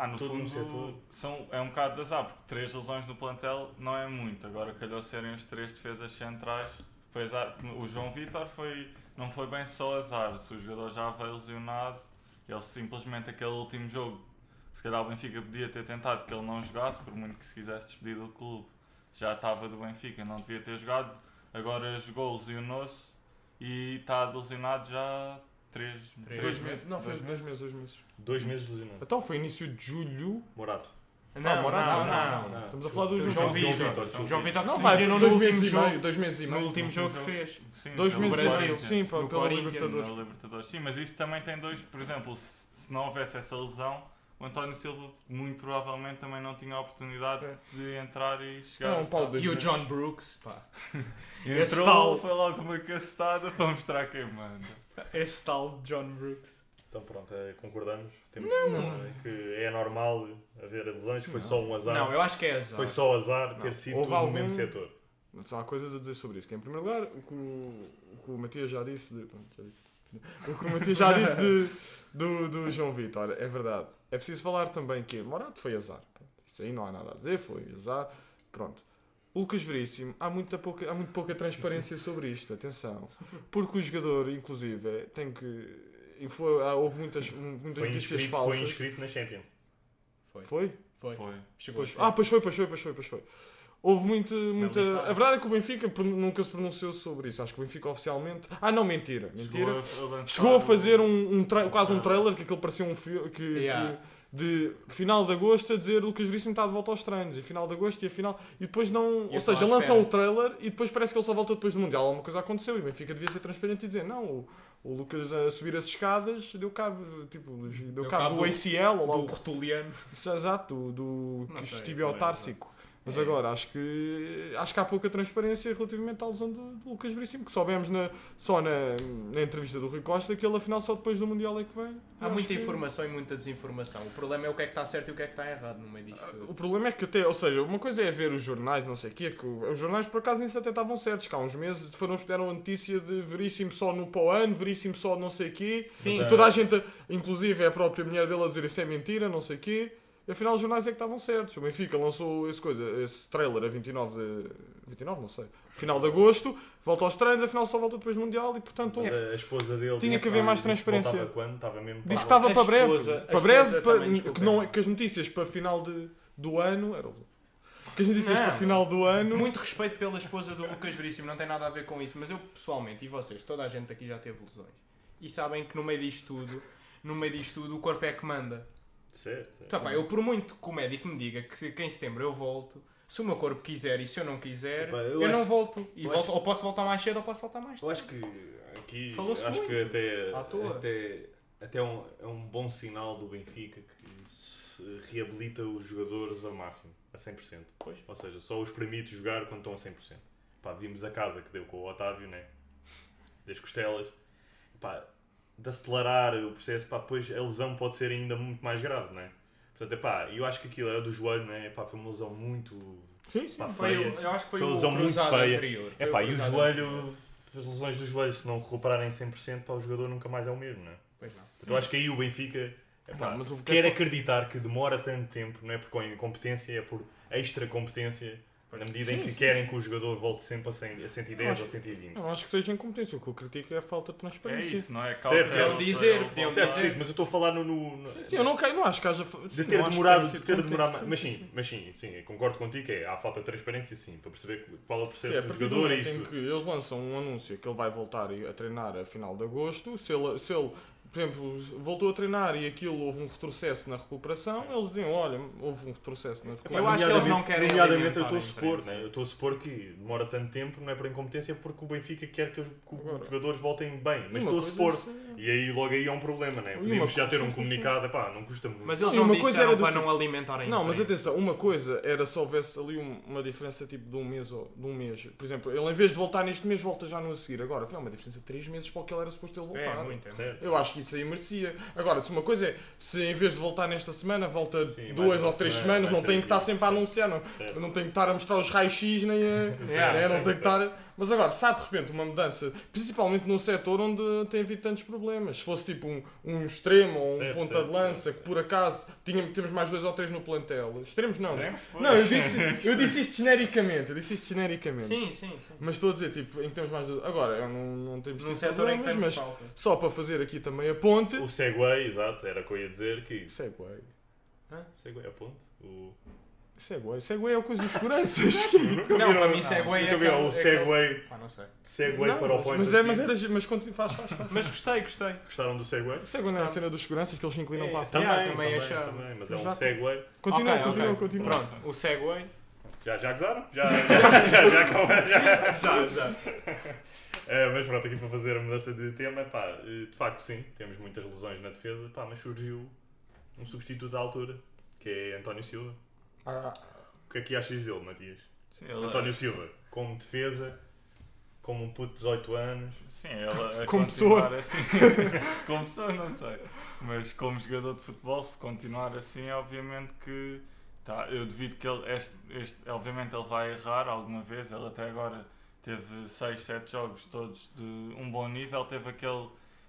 Ah, no
Todo
fundo
no setor.
são, é um bocado de azar, porque três lesões no plantel não é muito. Agora calhou serem os três defesas centrais. Foi azar. O João Vitor foi, não foi bem só azar. Se o jogador já veio lesionado, ele simplesmente aquele último jogo, se calhar o Benfica podia ter tentado que ele não jogasse, por muito que se quisesse despedir do clube. Já estava do Benfica, não devia ter jogado. Agora jogou, lesionou-se e está lesionado já três,
Três
três
Dois meses. Não, foi
dois
dois meses, dois meses.
dois meses lesionado.
Então foi início de julho.
Morato.
Não,
Morata,
não, não, Então,
não.
Estamos a falar do
João
João
Vitor.
Vitor.
João
João Vitor que
Não,
se
vai,
lesionou
dois
no último
meses e meio.
jogo.
Dois meses e
No
meio.
último jogo que
jogo.
fez.
Sim,
Dois
pelo
meses
Brasil.
e meio.
Corinthians.
Sim, pá,
No
pela
Corinthians,
Libertadores.
Na Libertadores. Sim, mas isso também tem dois. Por exemplo, se, se não houvesse essa lesão, o António Silva muito provavelmente também não tinha a oportunidade
É.
de entrar e chegar.
Não, um Paulo, dois
E o
meses.
John Brooks, pá. esse
Entrou,
tal-
foi logo uma cacetada para mostrar quem manda.
Esse tal John Brooks.
Então pronto, é, concordamos. Temos não. que é normal haver lesões, foi só um azar.
Não, eu acho que é azar.
Foi só um azar ter
Não.
sido
Houve
tudo
algum-
no mesmo setor.
Mas há coisas a dizer sobre isso. Que, é, em primeiro lugar, o que o, o, que o Matias já disse. de- pronto, já disse. O que o Matias já disse de- do, do João Vitor. É verdade. É preciso falar também que Morato foi azar. Pronto, Isso aí não há nada a dizer. Foi azar. Pronto. O Lucas Veríssimo, há, muita pouca, há muito pouca transparência sobre isto. Atenção. Porque o jogador, inclusive, é- tem que. e foi- há- houve muitas, muitas
Foi
notícias
inscrito, foi
falsas.
inscrito na Champions.
foi?
Foi.
Foi.
Chegou
Pois-
a ser.
ah, pois foi, pois foi, pois foi, pois foi. Houve muito, muita.
lista.
A verdade é que o Benfica pro- nunca se pronunciou sobre isso. Acho que o Benfica oficialmente. Ah, não, mentira. Mentira. Chegou
Chegou a, lançar
a, fazer um, um tra- quase um
Ah.
trailer que aquilo parecia um filme. Que,
Yeah.
que- de final de agosto a dizer Lucas Veríssimo está de volta aos treinos. E final de agosto e a final. E depois não.
E
ou
eu
seja,
estou à
lançam o
espera.
trailer e depois parece que ele só volta depois do Mundial. Alguma coisa aconteceu e o Benfica devia ser transparente e dizer: não, o, o Lucas a subir as escadas deu cabo, tipo, deu cabo, do ACL ou lá
Do
o
Rotuliano.
isso é Exato, do, do
Não sei,
tibiotársico. Mas
É.
agora, acho que, acho que há pouca transparência relativamente à lesão do, do Lucas Veríssimo, que soubemos na, só na, na entrevista do Rui Costa que ele afinal só depois do Mundial é que vem.
Há
Acho
muita
que-
informação e muita desinformação. O problema é o que é que está certo e o que é que está errado no meio disto.
O
tudo.
problema é que até, ou seja, uma coisa é ver os jornais, não sei o quê, que o- os jornais por acaso nisso até estavam certos, que há uns meses foram os que deram a notícia de veríssimo só no para o ano, veríssimo só não sei o quê,
Sim,
e toda a gente, inclusive a própria mulher dele a dizer isso é mentira, não sei o quê, e afinal os jornais é que estavam certos, o Benfica lançou esse, coisa, esse trailer a 29 de... 29, não sei, final de agosto, volta aos treinos, afinal só volta depois do Mundial, e portanto... um
Mas
houve-
a esposa dele
Então, Tinha
disse
que haver mais
disse que
transparência.
Voltava quando? Estava mesmo.
Disse que
para-
estava
A
para breve,
esposa- a
para breve,
esposa
para-
também, desculpa.
que, não, é- que as notícias para final de, do ano, era o que as notícias
Não.
para final do ano...
Muito respeito pela esposa do Lucas Veríssimo, não tem nada a ver com isso, mas eu pessoalmente e vocês, toda a gente aqui já teve lesões. E sabem que no meio disto tudo, no meio disto tudo, o corpo é que manda.
Certo, certo.
Tá, pá, eu por muito que o médico me diga que, se, que em setembro eu volto, se o meu corpo quiser e se eu não quiser,
Epá, eu
eu,
acho-
não volto. E
eu
volto
acho-
Ou posso voltar mais cedo ou posso voltar mais
Eu
tarde.
acho que aqui
Falou-se
acho que
muito,
até,
à toa.
até, até é um, é um bom sinal do Benfica que se reabilita os jogadores ao máximo, a 100%.
Pois.
Ou seja, só os permite jogar quando estão a 100%. Pá, vimos a casa que deu com o Otávio, né? das costelas. Pá, de acelerar o processo, pá, depois a lesão pode ser ainda muito mais grave, né? Portanto, pá, eu acho que aquilo era do joelho, né? Pá, foi uma lesão muito
Sim, sim.
pá,
Foi, um-
feia.
o- eu acho que foi,
Foi uma
o
lesão muito
cruzado
feia.
anterior.
É
Foi
pá, e o
cruzado
joelho,
anterior.
as lesões do joelho, se não recuperarem 100%, pá, o jogador nunca mais é o mesmo, não é?
Pois não.
Eu acho que aí o Benfica é pá,
Não, mas o
quer
que-
acreditar que demora tanto tempo, não é por incompetência, é por extra competência, na medida em
Sim,
que
sim,
querem que o jogador volte sempre a, 100, a 110
Eu acho-
ou 120.
Não acho que seja incompetência. O que eu critico é a falta de
É
transparência.
isso, não é?
Podiam
dizer, podiam
Certo,
dizer.
sim, mas eu estou a falar no. no- no-
é- Sim, eu não, quero- não acho que haja. fa-
de
sim,
ter
não acho que
demorado,
tenha
de
sido
ter
incompetência,
demorado.
sim,
Mas
sim,
sim, mas sim, sim, eu concordo contigo que é, há falta de transparência, sim, para perceber qual é o
sim.
processo
É, a
do
partir do
jogador e
momento em
isso.
que eles lançam um anúncio que ele vai voltar a treinar a final de agosto, se ele, se ele, por exemplo, voltou a treinar e aquilo houve um retrocesso na recuperação, eles diziam: olha, houve um retrocesso na recuperação.
Eu acho que eles não querem
Nomeadamente,
alimentar
eu estou a
a
supor,
imprensa.
né? eu estou a supor que demora tanto tempo, não é por incompetência, porque o Benfica quer que os, que os
Agora.
jogadores voltem bem. Mas
Uma
estou a
coisa
supor.
assim,
E aí logo aí é um problema, né?
E
Podíamos
uma
já ter
coisa, assim,
um
sim,
comunicado, epá, não custa muito. né?
Mas eles
E
não
uma
disseram
coisa era do
para
tipo-
não alimentarem
Não, mas atenção, uma coisa era se houvesse ali um- uma diferença tipo de um mês ou de um mês. Por exemplo, ele em vez de voltar neste mês, volta já no a seguir. Agora, afinal, uma diferença de 3 meses para o que ele era suposto ele
É,
voltar.
muito, é muito.
Certo?
Eu acho que isso aí merecia. Agora, se uma coisa é, se em vez de voltar nesta semana, volta
Sim, mais
duas
uma
ou três
semana,
semanas,
mais
não tem
três
que estar
dias,
sempre a
sim.
anunciar, não,
Certo.
não tem que estar a mostrar os raios-x, nem a.
Certo,
né, não
certo,
tem que estar. Mas agora, se há de repente uma mudança, principalmente num setor onde tem havido tantos problemas, se fosse tipo um, um extremo ou um
Certo,
ponta
certo,
de lança,
certo,
que por acaso tinha, temos mais dois ou três no plantel, extremos não. Não, eu
eu
disse, eu disse isto genericamente, eu disse isto genericamente.
Sim, sim, sim.
Mas estou a dizer, tipo, em que temos mais. do- Agora, eu não, não temos
Num
tido
setor em que
problemas,
temos
mas
falta.
só para fazer aqui também a ponte. é
O Segway, exato, era o que eu ia dizer que.
Segway.
Segway, aponte. O...
Segway. Segway é o coisa dos seguranças. que-
Nunca
Não,
viram-
para mim Segway
nunca
é
viram o
aquele- é
Segway,
Pá, não sei.
Segway
Não,
para o
mas-
Point
mas,
of
é, mas,
View.
era, gi- mas continua, faz, faz, faz.
Mas gostei, gostei.
Gostaram do Segway?
Segway não é a cena dos seguranças que eles se inclinam
É,
para a frente.
também,
Também,
também
também,
achava.
também, mas é um
Exato.
Segway.
Continua,
Ok,
continua,
ok.
continua.
Pronto, o Segway.
Já, já gozaram? Já, já, já, já, calma, já.
Já, já.
É, mas pronto, aqui para fazer a mudança de tema, pá, eh, de facto sim, temos muitas lesões na defesa, pá, mas surgiu um substituto à altura, que é António Silva.
Ah,
O que é que achas dele, Matias?
Sim, ele-
António Silva, como defesa, como um puto de 18 anos,
Sim, ela a
Como
continuar assim. como pessoa, não sei. Mas como jogador de futebol, se continuar assim, obviamente que. Tá, eu devido que ele. Este, este- obviamente ele vai errar alguma vez. Ele até agora teve 6, 7 jogos todos de um bom nível. Teve aquele.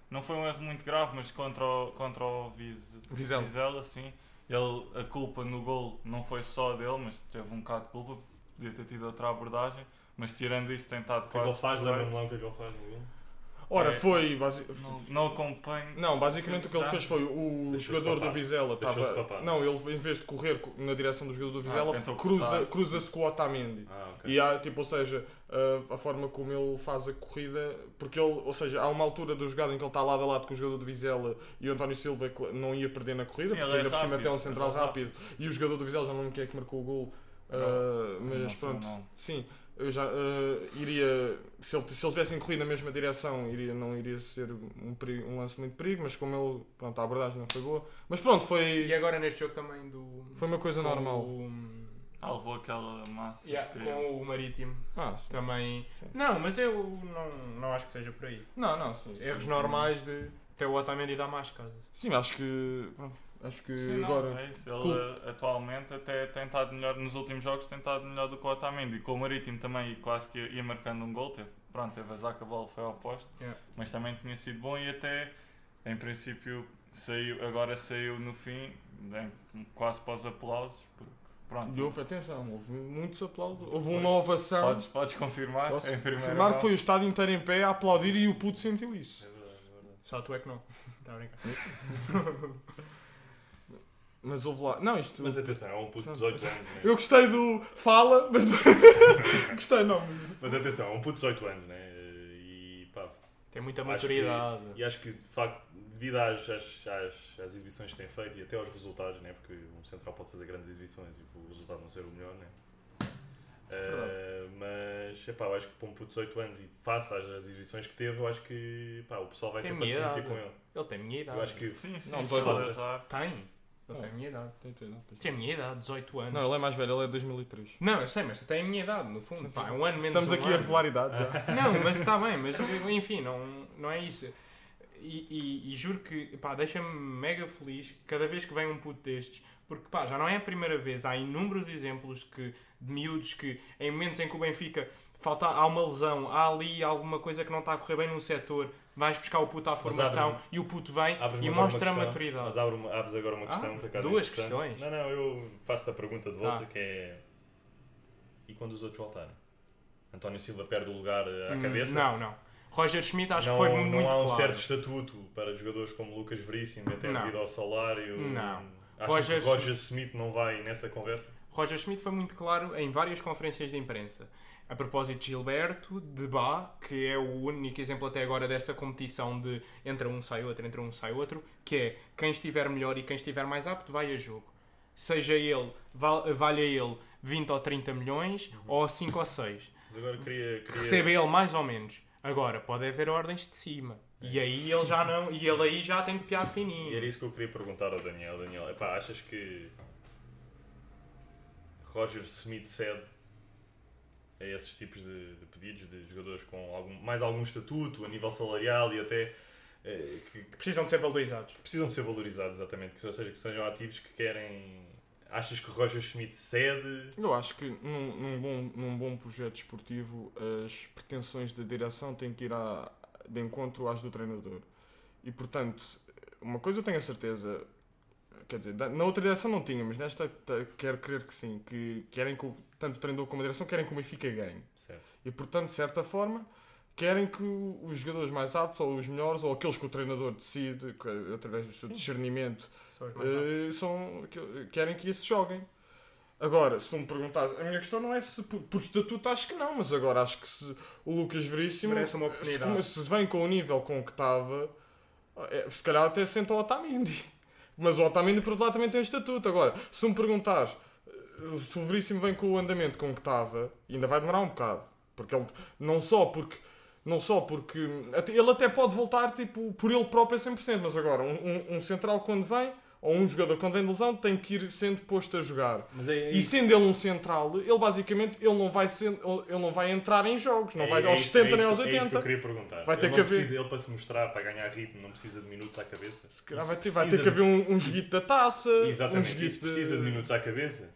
Não foi um erro muito grave, mas contra o, contra o Viz,
Vizela.
Vizela, sim. Ele, a culpa no gol não foi só dele, mas teve um bocado de culpa. Podia ter tido outra abordagem. Mas tirando isso, tem estado
o que é que ele
quase.
faz,
perfeito.
lembra-me lá o que é que ele faz no gol?
Ora,
É.
foi. basi-
Não, não acompanho.
Não, basicamente o que ele fez foi o
Deixou-se
jogador
papar.
do Vizela
Deixou-se
estava.
papar.
Não, ele em vez de correr co- na direção do jogador do Vizela,
tentou
cruza-
cortar.
cruza-se com o Otamendi.
Ah, ok.
E há, tipo, ou seja, a, a forma como ele faz a corrida, porque ele, ou seja, há uma altura da jogada em que ele está lado a lado com o jogador de Vizela e o António Silva que não ia perder na corrida,
Sim,
porque
ele é
ainda por cima
rápido,
até um central
ele é
rápido, e o jogador do Vizela já não me quer que marcou o gol, Eh,
Não,
mas
não sei o
pronto,
nome.
sim, eu já ah, iria, se, ele, se eles tivessem corrido na mesma direção, iria, não iria ser um, perigo- um lance muito de perigo, mas como ele, pronto, a abordagem não foi boa, mas pronto,
E
foi,
agora neste jogo também do.
foi uma coisa
com
normal.
o-
Ah, levou aquela massa.
Yeah,
que- é
com o Marítimo
Ah, sim.
também.
Sim.
Não, mas eu não, não acho que seja por aí.
Não, não, sim. sim.
Erros normais de. Até o Otamendi dá mais casas.
Sim, acho que. pronto, Acho que
Sim, não,
agora.
é isso. Ele eh, atualmente até tem estado melhor, nos últimos jogos tem estado melhor do que o Otamendi. Com o Marítimo também quase que ia marcando um gol. Teve, pronto, teve azar que a bola foi ao poste.
Yeah.
Mas também tinha sido bom e até, em princípio, saiu, agora saiu no fim, em- quase para os aplausos. porque, pronto,
E houve, atenção, houve muitos aplausos. Houve uma ovação.
podes, podes confirmar
Posso
em primeira
confirmar que
mão.
foi o estádio inteiro em pé a aplaudir e o puto sentiu isso.
É verdade, é verdade.
Só tu é que não. Está a brincar.
Mas houve lá. Não, isto.
Mas atenção, é um puto de 18 anos, né?
Eu gostei do fala, mas. gostei, não.
Mas atenção, é um puto de 18 anos, né? E pá,
Tem muita
Acho
maturidade.
E acho que, de facto, devido às, às, às, às exibições que tem feito e até aos resultados, né? porque um central pode fazer grandes exibições e o resultado não ser o melhor, né? Uh, mas epá, eu acho que para um puto de 18 anos e face às, às exibições que teve, eu acho que pá, o pessoal vai
Tem
ter paciência
medo. ah,
com ele.
Ele tem minha idade.
Eu acho que
Sim, sim,
Não,
se
pode
for
ser.
azar.
Tem. Ele
Ah.
tem a minha idade. Tem a minha idade, 18 anos.
Não, ele é mais velho, ele é de 2003.
Não, eu sei, mas tem a minha idade, no fundo.
Sim,
Pá,
sim.
é um ano menos
Estamos
um
aqui
ano.
a revelar idade já.
Não, mas está bem, mas enfim, não, não é isso. E, e- e juro que, pá, deixa-me mega feliz cada vez que vem um puto destes, porque, pá, já não é a primeira vez, há inúmeros exemplos que, de miúdos que, em momentos em que o Benfica falta, há uma lesão, há ali alguma coisa que não está a correr bem num setor, vais buscar o puto à formação e o puto vem
abres-me
e
agora uma
mostra a
questão,
maturidade.
Mas abre uma- abres agora uma
Ah,
questão que acaba
duas
interessante.
questões?
Não, não, eu faço-te a pergunta de volta
Ah.
que é. E quando os outros voltarem? António Silva perde o lugar eh, à
Hum,
cabeça?
Não, não. Roger Schmidt acho
não,
que foi
não
muito
há um
claro.
certo estatuto para jogadores como Lucas Veríssimo, até
Não.
devido ao salário.
Não.
Achas
Roger
que Roger Smith não vai nessa conversa?
Roger Schmidt foi muito claro em várias conferências de imprensa. A propósito de Gilberto, de Bá, que é o único exemplo até agora desta competição de entra um, sai outro, entra um, sai outro, que é quem estiver melhor e quem estiver mais apto vai a jogo. Seja ele, val- valha ele 20 ou 30 milhões,
Uhum.
ou 5 ou 6.
Mas agora queria. queria...
Receba ele mais ou menos. Agora, pode haver ordens de cima.
É.
E aí ele já não, e ele aí já tem que piar
E era
fininho.
isso que eu queria perguntar ao Daniel. Daniel, epá, achas que Roger Smith cede a esses tipos de, de pedidos de jogadores com algum, mais algum estatuto a nível salarial e até eh, que, que
Precisam de ser valorizados.
precisam de ser valorizados exatamente, que, ou seja, que sejam ativos que querem. Achas que Roger Smith cede?
Eu acho que num, num bom, num bom projeto esportivo as pretensões da direção têm que ir à, de encontro às do treinador. E portanto, uma coisa eu tenho a certeza, quer dizer, da- na outra direção não tinha, mas nesta ta- quero crer que sim, que querem que o- tanto o treinador como a direção querem que o Benfica ganhe.
Certo.
E portanto, de certa forma, querem que o- os jogadores mais aptos ou os melhores ou aqueles que o treinador decide, que- através do seu discernimento,
São os mais aptos.
eh, são, que- querem que esses joguem. Agora, se tu me perguntas, a minha questão não é se por, por estatuto acho que não, mas agora acho que se o Lucas Veríssimo
Merece uma
se,
oportunidade.
come- se vem com o nível com que estava, é, se calhar até senta o Otamendi. Mas o Otamendi, por outro lado, também tem estatuto. Agora, se tu me perguntares eh, se o Veríssimo vem com o andamento com que estava, ainda vai demorar um bocado. Porque ele, não só porque. Não só porque. até- Ele até pode voltar tipo, por ele próprio a 100%, mas agora, um, um- um central quando vem, ou um jogador quando vem de lesão, tem que ir sendo posto a jogar.
Mas é, é
E
isso.
sendo ele um central, ele basicamente ele não vai, ser, ele não vai entrar em jogos, não vai aos 70 nem aos
É isso que eu
80.
queria perguntar.
Vai ter
ele
que
não
haver-
precisa- ele para se mostrar, para ganhar ritmo, não precisa de minutos à cabeça.
Se calhar vai
Isso
ter, vai ter
precisa
que haver um, um joguito da taça, um
Exatamente.
joguito
Isso precisa de minutos à cabeça?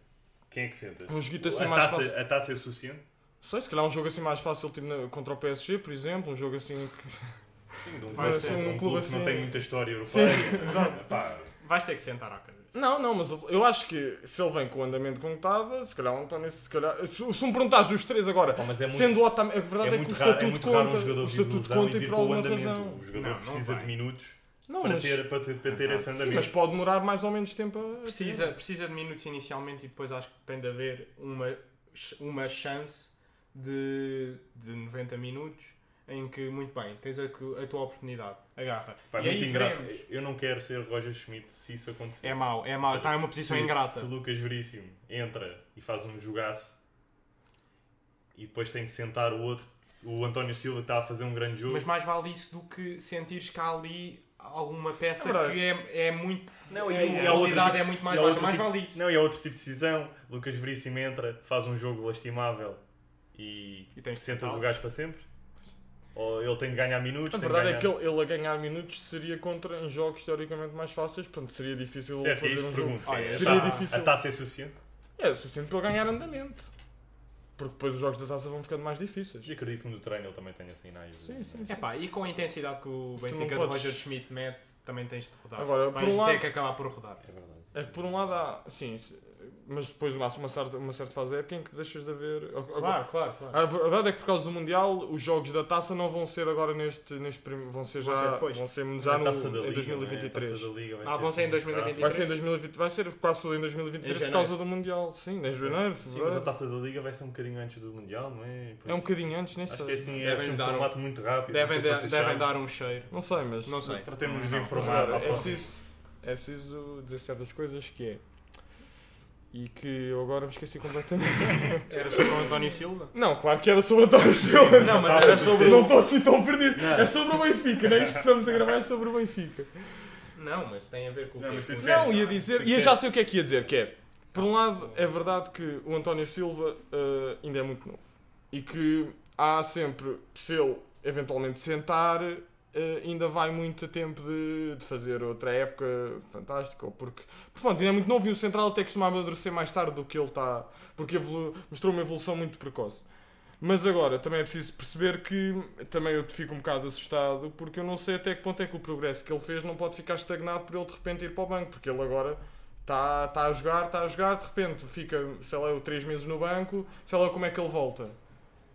Quem é que senta?
Um joguito assim
a,
mais
taça,
fácil.
a taça é suficiente?
Sei, se calhar um jogo assim mais fácil, tipo na- contra o PSG, por exemplo, um jogo assim. que-
Sim, de um,
Mas
clube-
é um
de um
clube
clube que
assim-
não tem muita história
Sim,
europeia. Pá,
Vais ter que sentar à cabeça.
Não, não, mas eu- eu acho que se ele vem com o andamento como estava, se calhar o António, se calhar. Se, se me perguntares os três agora,
Pá, mas é muito.
sendo o Otamendi, a verdade
é
é, que o
muito raro, é
estatuto
muito raro
conta,
um jogador
o
vir de
estatuto
lesão e
conta e
vir
por
com o
alguma
andamento.
razão.
O
Não,
jogador
não
precisa
vai.
de minutos
Não,
para,
mas,
ter, para ter, para ter
Exato.
esse
sim, mas
andamento.
pode demorar mais ou menos tempo a. a
Precisa, precisa de minutos inicialmente e depois acho que tem de haver uma, ch- uma chance de, de 90 minutos em que, muito bem, tens a, que- a tua oportunidade. Agarra.
Pá,
e
muito
aí
ingrato.
veremos.
Eu não quero ser Roger Schmidt se isso acontecer.
É mau, é mau. Está em uma posição
se,
ingrata.
Se Lucas Veríssimo entra e faz um jogaço e depois tem de sentar o outro, o António Silva que está a fazer um grande jogo.
Mas mais vale isso do que sentires que há ali alguma peça
É verdade.
que é, é muito.
Não,
a
e- e há outro
qualidade é muito mais
e há
baixa.
outro
Mais
tipo-
vale isso.
Não, e é outro tipo de decisão. Lucas Veríssimo entra, faz um jogo lastimável e,
E tens de
sentas
sentar.
o gajo para sempre. Ou ele tem de ganhar minutos. tem
A
de
verdade é
ganhar-
que ele, ele a ganhar minutos seria contra em jogos teoricamente mais fáceis, portanto seria difícil ele
Certo, é
fazer
isso
um
que
jogo.
pergunto.
Olha,
É, a
seria
taça-
difícil.
A taça é suficiente?
É suficiente para ele ganhar andamento. Porque depois os jogos da taça vão ficando mais difíceis.
E acredito que no treino ele também tenha sinais. né?
Sim, sim, sim.
Epá, e com a intensidade que o
não
Benfica de
podes-
Roger Schmidt mete, também tens de rodar.
Agora, por
Vais
um
ter
lado-
que acabar por rodar.
É verdade.
É que por um lado há. Sim, se- mas depois há uma certa, uma certa fase da época em que deixas de haver.
Claro, claro, claro.
A verdade é que por causa do Mundial, os jogos da taça não vão ser agora neste. neste prim... Vão ser
Vão
já.
ser depois.
vão ser já
A
no,
taça da Liga,
em
não é? A
2023.
taça da Liga vai
Ah, vão ser em
assim,
2023.
claro.
Vai ser em 2020, vai ser quase tudo em 2023
Em
por causa do Mundial. Sim, em janeiro,
Sim, mas a
fevereiro.
taça da Liga vai ser um bocadinho antes do Mundial, não é? Por
É um
isso.
bocadinho né? antes, nem
Acho que é
sei.
assim, é
Devem
assim um
dar um-
formato muito rápido.
Devem,
não sei se
de-
vocês
devem
sabem.
dar um cheiro.
Não sei, mas.
Não sei.
Tratemos de
Não,
informar.
Agora,
à
é
próxima.
preciso, é preciso dizer certas coisas que é. E que eu agora me esqueci completamente.
Era sobre o António Silva?
Não, claro que era sobre o António Silva.
Não, mas era sobre.
Não estou assim tão perdido.
Não.
É sobre o Benfica, não é isto que estamos a gravar, é sobre o Benfica.
Não, mas tem a ver com o
Não, mas tu
que
disseste-
Não, ia dizer, ia já sei o que é que ia dizer, que é, por um lado, é verdade que o António Silva ah, ainda é muito novo. E que há sempre, se ele eventualmente sentar, ah, ainda vai muito a tempo de, de fazer outra época fantástica, ou porque, porque, pronto, ainda é muito novo e o Central até costuma amadurecer mais tarde do que ele está, porque evolu- mostrou uma evolução muito precoce. Mas agora, também é preciso perceber que também eu fico um bocado assustado porque eu não sei até que ponto é que o progresso que ele fez não pode ficar estagnado por ele de repente ir para o banco, porque ele agora está tá a jogar, está a jogar, de repente fica, sei lá, eu, três meses no banco, sei lá como é que ele volta.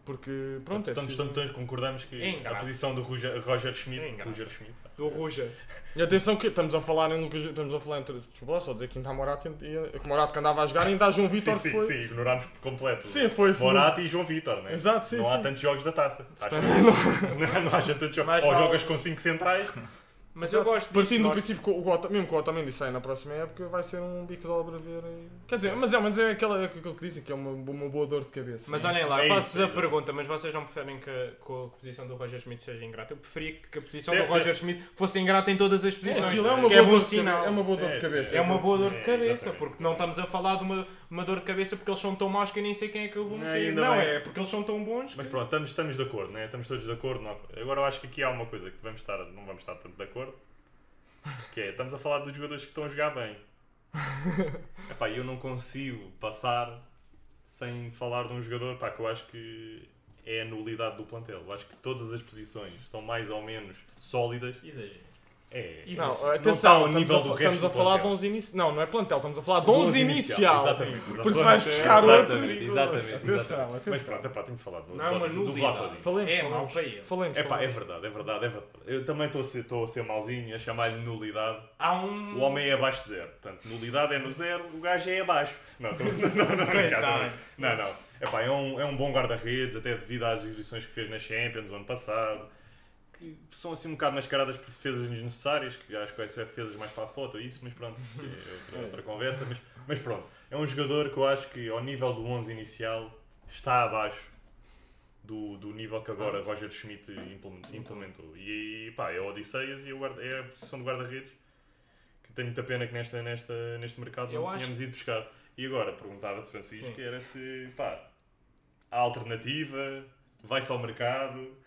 Porque, pronto, é
Estamos,
preciso...
estamos, concordamos que
É ingrato.
a posição do Roger, Roger Schmidt.
É ingrato.
Roger Schmidt. pá.
Do Ruja.
E atenção que estamos a falar em Lucas, estamos a falar entre, desculpa lá, só dizer que ainda há Morata e que Morata que andava a jogar, ainda há João
Sim,
Vitor que
sim,
Então foi...
sim, ignorámos por completo.
Sim, foi... foi-
Morata e João Vitor, né?
Exato, sim,
não
sim.
há tantos jogos da taça. Acho
Portanto,
não, não haja tantos jogos.
Mais
Ou
vale-
jogas com 5 centrais.
Mas eu gosto
Partindo do
disso,
princípio que o Ota, mesmo que o Otamendi saia na próxima época, vai ser um bico de obra ver. aí. Quer dizer, mas é, mas é aquela, é aquilo que dizem, que é uma, uma boa dor de cabeça.
Mas
Sim,
olhem
sim.
lá,
É
eu faço
isso, é
a
isso.
pergunta, mas vocês não preferem que a, que a posição do Roger Schmidt seja ingrata? Eu preferia que a posição
Sim,
do
sim.
Roger Schmidt fosse ingrata em todas as posições.
é, aquilo é
que
uma boa
é
dor
bom
de cabeça.
sinal.
É uma boa dor
Sim,
de
sim,
cabeça.
É uma boa dor
É,
de cabeça,
exatamente.
porque não estamos a falar de uma, uma dor de cabeça porque eles são tão maus que eu nem sei quem é que eu vou
Não,
meter.
ainda
Não,
bem.
é porque eles são tão bons.
Mas
que-
pronto, estamos, estamos de acordo, né? Estamos todos de acordo. não há- Agora eu acho que aqui há uma coisa que vamos estar, não vamos estar tanto de acordo. Que é, estamos a falar dos jogadores que estão a jogar bem. Epá, eu não consigo passar sem falar de um jogador pá, que eu acho que é a nulidade do plantel. Eu acho que todas as posições estão mais ou menos sólidas
Exagero.
É.
Isso.
Não,
Não está
atenção,
ao
estamos,
nível
a,
do
estamos
resto
a
do
falar de
plantel.
11 inicial. Não, não é plantel, estamos a falar de 11 inicial.
Exatamente.
Por isso vais buscar outro.
Exatamente, exatamente.
Atenção,
exatamente.
Mas
atenção.
pronto, epá, tenho que falar do,
Não é uma
do, do
nulidade.
Vlahovic.
Falemos,
É mau
falemos.
para ele.
Falemos,
É pá, é
falemos.
verdade, é verdade, é verdade. Eu também estou a ser, estou a ser mauzinho, a chamar-lhe nulidade.
Há um.
O homem é abaixo de zero. Portanto, nulidade é no zero, o gajo é abaixo. Não, tô- não, não, não,
Coitado.
não, não, não. É pá, é um, é um bom guarda-redes, até devido às exibições que fez na Champions o ano passado, que são assim um bocado mascaradas por defesas desnecessárias, que acho que são defesas mais para a foto, isso, mas pronto, isso é outra, outra conversa. Mas, mas pronto, é um jogador que eu acho que ao nível do 11 inicial está abaixo do, do nível que
Ah.
agora Roger Schmidt implement- implementou. E pá, é o Odisseias e é o guarda- é a posição de guarda-redes que tenho muita pena que nesta, nesta, neste mercado
Eu
não
acho-
tínhamos ido buscar. E agora, perguntava-te, Francisco,
Sim.
era se pá, há alternativa, vai-se ao mercado,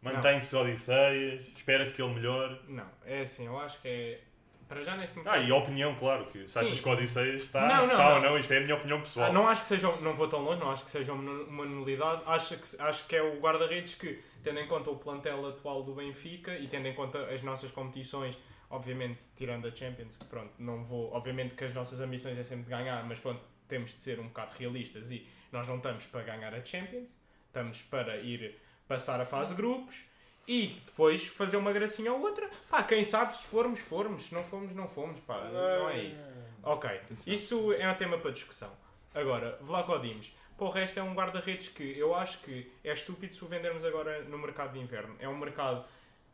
mantém-se Odisseias, espera-se que ele melhore.
Não, é assim, eu acho que é. Para já neste momento.
Ah, e a opinião, claro, que se achas
Sim.
que Odisseias está,
Não, não,
está ou
não.
não, isto é a minha opinião pessoal.
Ah, não acho que seja, não vou tão longe, não acho que seja uma uma nulidade. Acho que, acho que é o guarda-redes que, tendo em conta o plantel atual do Benfica e tendo em conta as nossas competições, obviamente tirando a Champions, que pronto, não vou, obviamente que as nossas ambições é sempre de ganhar, mas pronto, temos de ser um bocado realistas e nós não estamos para ganhar a Champions, estamos para ir passar a fase de grupos e depois fazer uma gracinha ou outra. Pá, quem sabe se formos, formos, se não formos, não fomos, pá, não é isso. Ok, isso é um tema para discussão. Agora, Vlaco Dimes. Para o resto é um guarda-redes que eu acho que é estúpido se o vendermos agora no mercado de inverno. É um mercado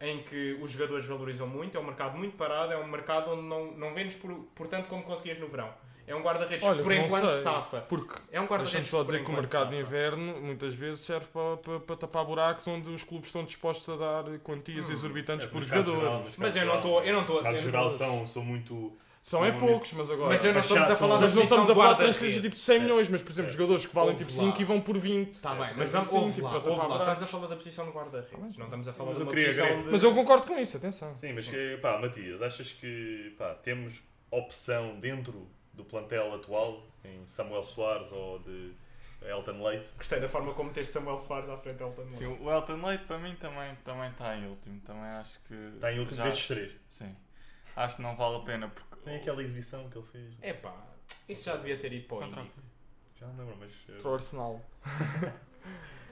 em que os jogadores valorizam muito, é um mercado muito parado, é um mercado onde não, não vendes por, por tanto como conseguias no verão. É um guarda-redes que
Olha,
por
não
enquanto
sei,
safa.
Porque
É um guarda-redes
Deixa-me só
por
dizer que o
enquanto
mercado
safa.
de inverno muitas vezes serve para, para, para tapar buracos onde os clubes estão dispostos a dar quantias exorbitantes
É,
por
no caso
jogador.
geral, no
Mas
caso
eu não estou- eu não estou
geral,
a
no caso
dizer-
geral são, são muito...
São é
Não,
poucos, mas agora.
Mas eu não estamos a
Fachado,
falar da
Mas é não
posição
estamos a falar de transferências
guarda-redes.
tipo 100 milhões, mas por exemplo, jogadores que valem tipo
Ouve É. lá.
5 e vão por 20.
Está Tá bem,
Certo,
mas
certo,
vamos ouve
sim,
lá,
tipo, para
ouve lá,
tapar
estamos
buracos.
a falar da posição de guarda-redes. Não estamos a falar
Mas
de
eu
uma
queria
posição
agregar-
de...
Mas eu concordo com isso, atenção.
Sim, mas que, pá, Matias, achas que pá, temos opção dentro do plantel atual, em Samuel Soares ou de Elton Leite?
Gostei da forma como ter Samuel Soares à frente dele também.
Sim, o Elton Leite para mim também também está em último. Também acho que.
Está Tá em último
já-
destes três.
Sim. Acho que não vale a pena porque.
Tem aquela exibição que ele fez.
Epá, isso já devia ter ido para o
Contra-
Índico.
Já não lembro, mas. eh,
Para o Arsenal.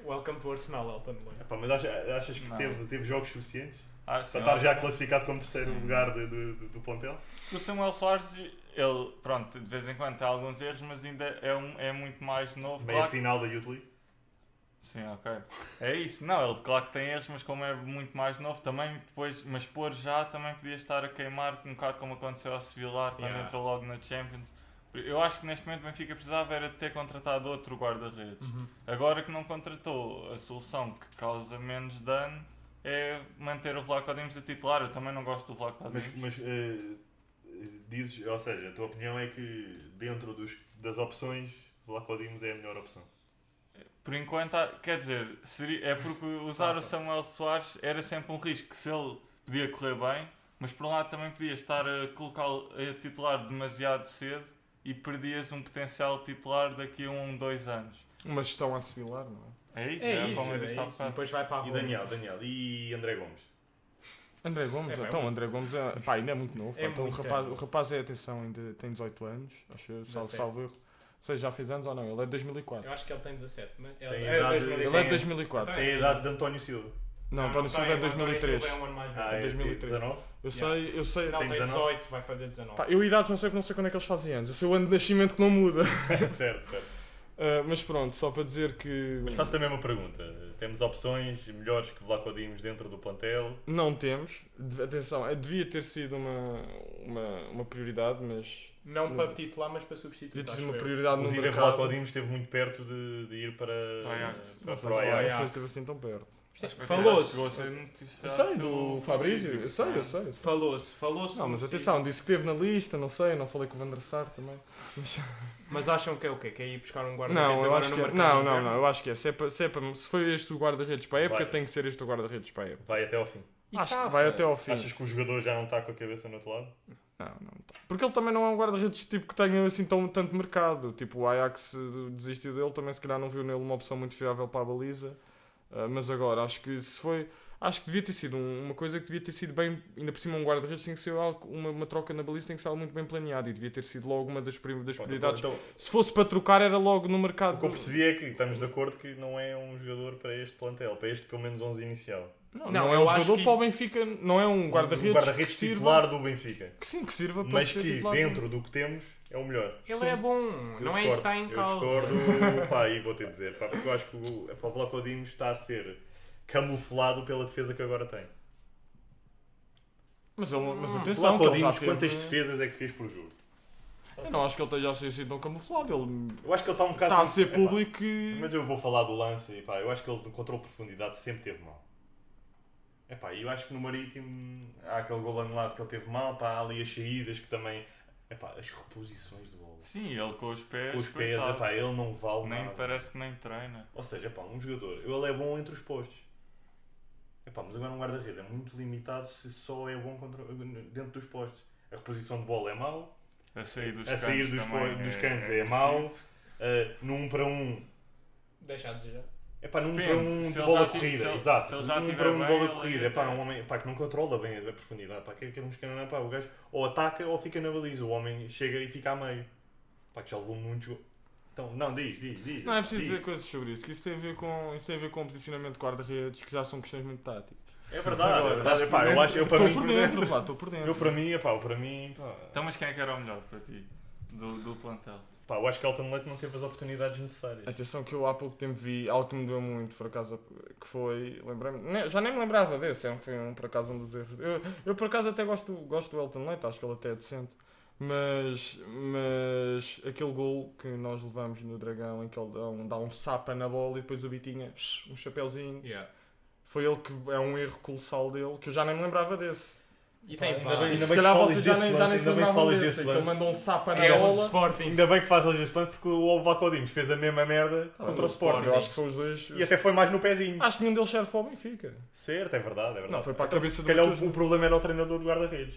Welcome to Arsenal, Elton Leite.
epá, mas acha- achas que
Não.
teve, teve jogos suficientes
Ah, sim,
para estar
olha,
já classificado como terceiro
Sim.
lugar de- de- de- do plantel?
O Samuel Soares, ele, pronto, de vez em quando tem alguns erros, mas ainda é, um, é muito mais novo.
Meia
Claro que-
final da Youth League.
Sim, ok. É isso. Não, ele claro que tem erros, mas como é muito mais novo também, depois, mas pôr já também podia estar a queimar, um bocado como aconteceu ao Sevillar quando
Yeah.
entra logo na Champions. Eu acho que neste momento o Benfica precisava era de ter contratado outro guarda-redes.
Uhum.
Agora que não contratou, a solução que causa menos dano é manter o Vlaco Dimes a titular. Eu também não gosto do Vlaco Dimes.
é
Mas, mas eh, dizes, ou seja, a tua opinião é que dentro dos, das opções, Vlacodimos é a melhor opção.
Por enquanto, há- quer dizer, seria- é porque usar o Samuel Soares era sempre um risco, que se ele podia correr bem, mas por um lado também podia estar a colocá-lo a titular demasiado cedo e perdias um potencial titular daqui a um, dois anos.
Mas estão a sevilar, não é?
É isso,
É isso,
como eu
é
disse há
isso.
bocado.
Depois vai para a
E
Roma.
Daniel, Daniel, e André Gomes?
André Gomes,
É, pá,
então
é um-
André Gomes é, pá, ainda é muito novo. pá,
É
então, o,
muito
rapaz,
novo.
o rapaz é, atenção, ainda tem 18 anos, acho eu, salvo,
17.
salvo erro. Ou seja, já fez anos ou não? Ele é de 2004.
Eu acho que ele tem 17, mas ele
Tem
é
idade-
2004.
Ele é de
Tem-
2004.
Tem a idade de António Silva.
Ah,
Não, António Silva é de
tem, o António
2003.
Silva é um ano mais velho.
Ah, é
2003.
19?
Eu
Yeah.
sei, eu sei.
um Não,
tem
tem
19.
18, vai fazer 19.
Pá, eu idades não sei, não sei quando é que eles fazem anos. Eu sei o ano de nascimento que não muda.
certo, certo.
Ah, mas pronto, só para dizer que.
Mas faço também uma pergunta. Temos opções melhores que Vlacodimos dentro do plantel?
Não temos. De- Atenção, eh, devia ter sido uma, uma, uma prioridade, mas.
Não para titular, mas para substituir.
Devia ter
acho
sido uma
eu.
prioridade no
Inclusive,
mercado.
Vlacodimos esteve muito perto de, de ir para
Ajax.
para-
Não sei
para o
se-
Ajax.
não sei se esteve assim tão perto.
Sim,
Acho que
Falou-se.
chegou a ser
Tá
Eu
noticiado
sei,
pelo
do Fabrício. Eu sei,
é?
eu
Ah.
sei. eu sei.
Falou-se, falou-se.
Não,
do
mas
Cid.
atenção, disse que esteve na lista, não sei, não falei com o Van der Sar também.
Mas acham que é o quê? Que é ir buscar um guarda-redes
Não, eu
agora
acho
no
que é.
mercado
Não,
de
não,
inverno?
não, eu acho que é. Se, é para, se, é para, se foi este o guarda-redes para a época,
Vai.
tem que ser este o guarda-redes para a época.
Vai até ao fim.
E
Acho que
safa.
vai até ao fim.
Achas que o jogador já não está com a cabeça no outro lado?
Não, não tá. Porque ele também não é um guarda-redes tipo que tenha assim tão, tanto mercado. Tipo, o Ajax eh, Eh, desistiu dele, também se calhar não viu nele uma opção muito fiável para a baliza. Ah, mas agora, acho que se foi. Acho que devia ter sido um- uma coisa que devia ter sido bem. Ainda por cima, um guarda-redes tem que ser algo, uma, uma troca na baliza tem que ser algo muito bem planeado e devia ter sido logo uma das, prim- das prioridades.
Então,
Se fosse para trocar, era logo no mercado.
o que eu percebi é que estamos de acordo que não é um jogador para este plantel, para este pelo menos 11 inicial.
Não,
Não,
não é
eu
um
acho
jogador
que
para o
isso-
Benfica, não é um
um
guarda-redes que
guarda-redes
sirva.
titular do Benfica.
Que sim, que sirva para
Mas
ser
que
titular.
dentro do que temos é o melhor.
Ele
Sim.
é bom,
Eu
não
discordo.
é isso que está em causa.
Eu discordo, pá, e vou ter de dizer, pá, porque eu acho que o é pá, o Vlachodimos está a ser camuflado pela defesa que agora tem.
Mas, ele, mas atenção, que ele já
Vlachodimos,
teve... né?
quantas defesas é que fez por jogo?
Eu não acho que ele esteja a ser assim tão camuflado. Ele
Eu acho que ele está um bocado...
está a ser
Epá,
público que...
Mas eu vou falar do lance, e pá, eu acho que ele no controle de profundidade sempre teve mal. É pá, eu acho que no Marítimo há aquele gol anulado que ele teve mal, pá, há ali as saídas que também... É pá, as reposições do gol.
Sim, ele com os pés.
Com os pés, é
coitado.
pá, ele não vale
nem
nada.
parece que nem treina.
Ou seja, pá, um jogador, ele é bom entre os postos. Epá, mas agora um guarda-rede é muito limitado se só é bom contra- dentro dos postos. A reposição de bola é mau,
A sair dos
a sair dos,
também
po- dos cantos é, mau, ah, num para um.
Deixa a desejar.
Epá, num para
Depende,
um
se
de
ele
bola
já ti-
corrida,
se ele-
exato.
se ele já
num
tiver
para um de
bem,
bola
ele
corrida, epá,
até-
um homem epá, que não controla bem a, a profundidade. Pá, que, que é mexicano, não é, pá, o gajo ou ataca ou fica na baliza. O homem chega e fica a meio. Pá, que já levou muitos. go- Então, não, diz, diz, diz.
Não é preciso
diz.
dizer coisas sobre isso, que isso tem a ver com, isso tem a ver com o posicionamento de guarda-redes, que já são questões muito táticas.
É verdade, é verdade.
estás
Epá,
por
eu
dentro.
acho, eu para
Estou
mim,
por dentro, pá, estou por dentro.
Eu para mim, pá, para mim, pá,
Então, mas quem é que era o melhor para ti? Do, do plantel?
pá, eu acho que Elton Leite não teve as oportunidades necessárias.
Atenção que eu há pouco tempo vi algo que me deu muito, por acaso, que foi, lembrei-me, ne- já nem me lembrava desse, é um- foi um, por acaso um dos erros. Eu, eu, por acaso até gosto, do- gosto do Elton Leite, acho que ele até é decente, mas, mas aquele gol que nós levamos no Dragão em que ele dá um, dá um sapa na bola e depois o Vitinha, um chapéuzinho,
Yeah.
foi ele que é um erro colossal dele, que eu já nem me lembrava desse.
E
Pá,
tem
ainda
bem-
vários.
E
ainda
se
que
calhar
falas
vocês já
desse
nem, já
lance,
nem
ainda
se
bem que
lembravam
falas
desse,
desse
que ele
lance.
mandou um sapa na
É o
bola.
Sporting.
Ainda bem que faz a gestão porque o Vacodimos fez a mesma merda contra o Sporting.
Eu acho que são os dois...
é um E até foi mais no pezinho.
Acho que nenhum deles serve para o Benfica.
Certo, é verdade, é verdade.
Não, foi para a cabeça
Se
do
calhar
Mateus.
o, o problema era o treinador de guarda-redes.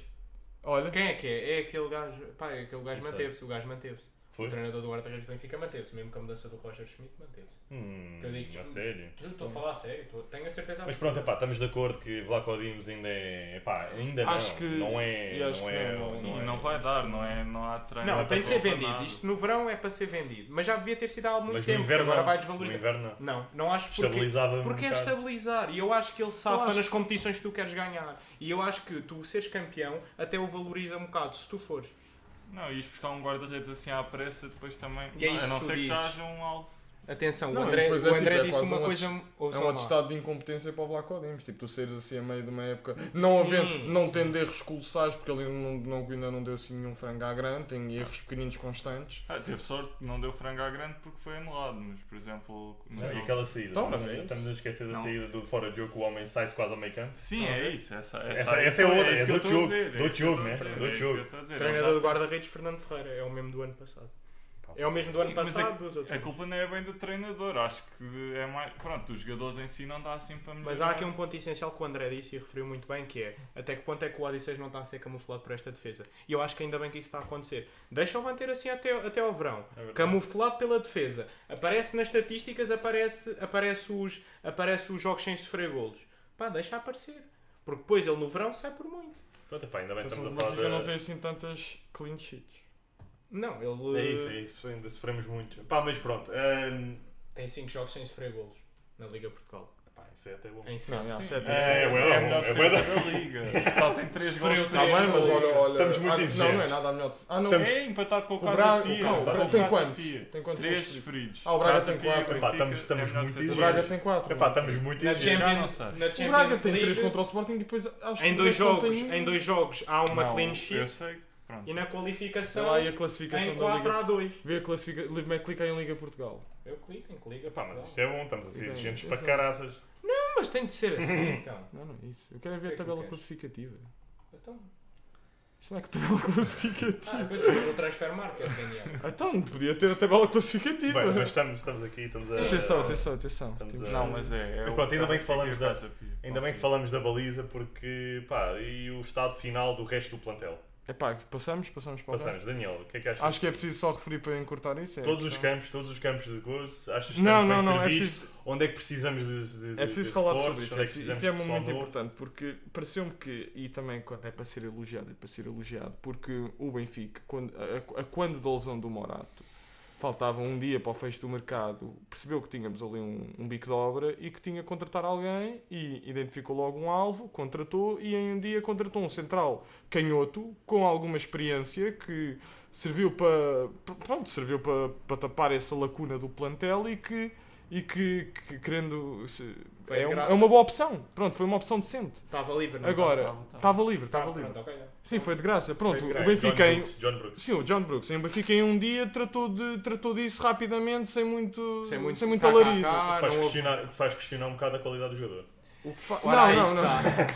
Olha,
Quem é que é? É aquele gajo. Pá, é aquele gajo
Não sei.
manteve-se. O gajo manteve-se.
Foi?
O treinador do guarda-redes do Benfica manteve-se. Mesmo com a mudança do Roger Schmidt, manteve-se.
Hum,
Que eu digo,
a sério.
Juro, estou a falar a sério. estou- Tenho a certeza.
Mas pronto, é epá, estamos de acordo que Vacodimos ainda é. Epá, ainda
Acho
não.
que-
Não é.
e acho
não
que
é,
não, não.
Sim,
é-
não vai dar, não, é, não há treino.
Não,
há
tem de ser
pessoa para
vendido.
nada.
Isto no verão é para ser vendido. Mas já devia ter sido há muito
Mas no
tempo. porque
inverno
agora
não.
vai
No
desvalorizar.
inverno não.
Não, não acho porque.
Estabilizava.
Porque
um
é
bocado.
estabilizar. E eu acho que ele safa
acho-
nas competições que tu queres ganhar. E eu acho que tu seres campeão até o valoriza um bocado, se tu fores.
Não, e isto buscar um guarda-redes assim à pressa, depois também.
E é
não,
isso
a não
que tu
ser que já
dizes.
haja um alvo.
Atenção,
Não,
o
e
André,
depois é
o
tipo,
André
é
disse
quase
uma
um
coisa.
é
ouçam
um
lá.
atestado de incompetência para o Vlaco Dimes. Tipo, tu saíres assim a meio de uma época, não,
Sim,
havendo, não
sim.
tendo erros colossais, porque ele ainda não, não, ainda não deu assim nenhum frango à grande, tem erros pequeninos constantes.
Ah, teve sorte, não deu frango à grande porque foi anulado, mas por exemplo. no
Não, e
jogo-
aquela saída.
Então, mas é isso.
estamos a esquecer da
Não.
saída do fora de jogo que o homem sai quase ao meio campo.
Sim, é isso. Essa, essa,
Essa-
aí
essa é
foi-
outra,
isso
é
que eu
do
estou a
jogo,
dizer, é
do
isso que eu
jogo,
estou a
né?
dizer,
Do
é isso que
jogo.
eu estou a dizer.
Treinador do guarda-redes Fernando Ferreira, é o mesmo do ano passado. É o mesmo do ano
Sim, mas
passado, dos outros.
A culpa não é bem do treinador, acho que é mais. Pronto, os jogadores em si não dá assim para melhorar.
Mas há aqui um ponto essencial que o André disse e referiu muito bem, que é até que ponto é que o Odisseus não está a ser camuflado por esta defesa. E eu acho que ainda bem que isso está a acontecer. Deixa-o manter assim até, até ao verão.
É
camuflado pela defesa. Aparece nas estatísticas, aparece, aparece, os, aparece os jogos sem sofrer golos. Pá, deixa aparecer. Porque depois ele no verão sai por muito.
Pronto, epá, ainda bem que
Atenção,
estamos
o
a falar
Então, Benfica
da-
não tem assim tantas clean sheets.
Não, ele
É
eh,
isso, é isso, ainda sofremos muito. Pá, mas pronto. hum,
tem 5 jogos sem sofrer golos na Liga Portugal.
Epá, isso é até bom.
Em
Não,
cinco.
não,
Sim.
sete,
É,
sete.
é bué
É a melhor
bom, é bué
defesa da liga. Só tem 3
Sofreu
gols.
três.
Está Tá bem, mas olha, olha.
Estamos muito
ah, Não, não é
exigentes.
nada a melhor. def- Ah, não.
Estamos-
É empatado com o
O Braga,
Casa
o
Pia.
Cal-
exato.
ele tem quantos? Tem quantos?
3
gols?
feridos.
Ah, o Braga
Casa
tem
Pia,
quatro.
Epá,
Benfica,
estamos- estamos
é a melhor
muito
defesa
O
da liga.
Braga tem 4.
Epá, estamos muito
Na
exigentes.
Já não
Champions,
sei.
na
O
Champions
Braga tem
League,
3 contra o Sporting e depois acho que
em
depois
dois
não tem um.
jogos,
nenhum.
em dois jogos há uma
Não,
clean
Eu
sheet
sei, é pronto.
e na
Sei
qualificação
lá, e a classificação
em
da
4
Liga.
a 2.
Vê a classificação. Livre clica em Liga Portugal.
Eu clico em que liga.
Epá, mas isto é bom, estamos a ser
Então,
exigentes
é
para
só-
caraças.
Não, mas tem de ser assim então.
Não, não é isso. Eu quero é
O
ver
que
a
é que
tabela
queres?
classificativa.
Então,
Isto não é que tabela classificativa.
ah, coisa do transfer é market, Daniel.
Então, podia ter a tabela classificativa.
Bem, mas estamos, estamos aqui, estamos a.
Atenção, atenção, atenção.
Estamos
Temos
a-
Não,
um-
mas é. é
Mas
o
pronto, ainda bem que
Braga
falamos
e a
da-
Casa Pia.
Ainda bem que falamos da baliza porque, pá, e o estado final do resto do plantel.
Epá, passamos, passamos para o resto.
Passamos, Daniel, o que é que achas?
Acho que é preciso só referir para encurtar isso. é a
Todos os
questão.
campos, todos os campos de gozo, achas que
Não,
estamos
não,
bem
não, é
servidos?
preciso,
Onde é que precisamos de, de- de-
é preciso
de
falar
reforços?
sobre isso.
Onde
É
é que
preciso,
precisamos
isso é
de
muito
pessoal novo?
importante porque pareceu-me que, e também quando é para ser elogiado, é para ser elogiado, porque o Benfica, quando, a, a- quando da lesão do Morato, faltava um dia para o fecho do mercado, percebeu que tínhamos ali um, um bico de obra e que tinha que contratar alguém e identificou logo um alvo, contratou e em um dia contratou um central canhoto com alguma experiência que serviu para pr- pronto, serviu para, para tapar essa lacuna do plantel e que e que, que querendo se-
Foi
é,
de
um-
graça.
é uma boa opção. Pronto, foi uma opção decente.
Estava livre, não
Agora,
estava?
estava livre, estava
Pronto,
livre.
ok, já.
Sim, foi de graça. Pronto,
de
o
graça.
Benfica
John
em
Brooks, John Brooks.
Sim, o John Brooks. Em Benfica em um dia tratou, de, tratou disso rapidamente, sem muito,
Sem é muito,
alarido.
kkk,
Faz
não houve-
questionar, faz questionar um bocado a qualidade do jogador.
O que fa-
Ora, aí
Não, não, não.
está.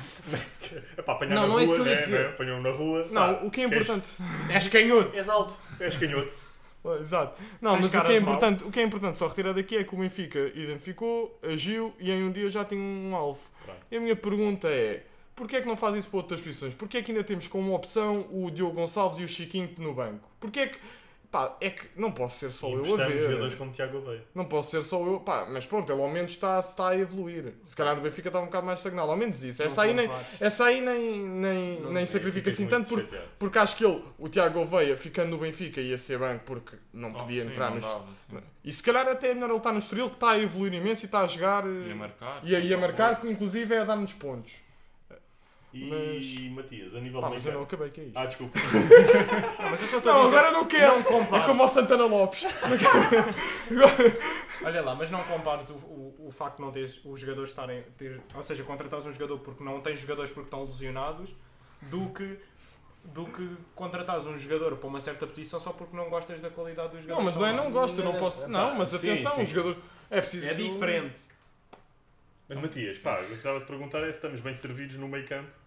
É para apanhar
Não,
na
não
rua,
é isso que eu ia
né,
dizer.
né? Apanhou na rua.
Não, o que é
queres-
importante.
És canhoto.
alto.
És canhoto.
Exato. Não,
Tens
mas o
cara
que, é
de mau.
importante, o que é importante só retirar daqui é que o Benfica identificou, agiu e em um dia já tinha um alvo.
Pronto.
E a minha pergunta é: porquê é que não faz isso para outras posições? Porquê é que ainda temos como opção o Diogo Gonçalves e o Chiquinho no banco? Porquê é que. Pá, é que não posso ser só
E
eu a
emprestamos jogadores
ver.
como Tiago Veia.
Não posso ser só eu. Pá, mas pronto, ele ao menos está, está a evoluir. Se calhar o Benfica está um bocado mais estagnado. Ao menos isso. Essa aí nem, essa aí nem, nem,
é
nem sacrifica assim tanto porque. Porque acho que ele, o Tiago Oveia, ficando no Benfica, ia ser banco porque
Oh,
não podia entrar nos. E se calhar até é melhor ele estar no Estoril, que está a evoluir imenso e está a jogar. eh,
E a marcar.
E aí a marcar, que inclusive é a dar-nos pontos.
E
Mas-
Matias, a nível
Pá,
de
mas
meio
eu não
campo.
acabei, que é
Ah,
isso?
desculpa.
Ah, Mas eu só estou a
Não,
dizer-
agora não quero.
Não compares.
É como o Santana Lopes.
Olha lá, mas não compares o, o, o facto de não teres os jogadores estarem. Ter, ou seja, contratares um jogador porque não tens jogadores porque estão lesionados do que. Do que contratares um jogador para uma certa posição só porque não gostas da qualidade dos
Não,
jogadores.
mas não é
que
não
estão
gosto, eu não
Não,
posso.
não,
Não,
pá,
mas
sim,
atenção,
sim.
o jogador. É preciso.
lá. É diferente.
Mas Matias, pá, eu gostava de perguntar é se estamos bem servidos no meio campo.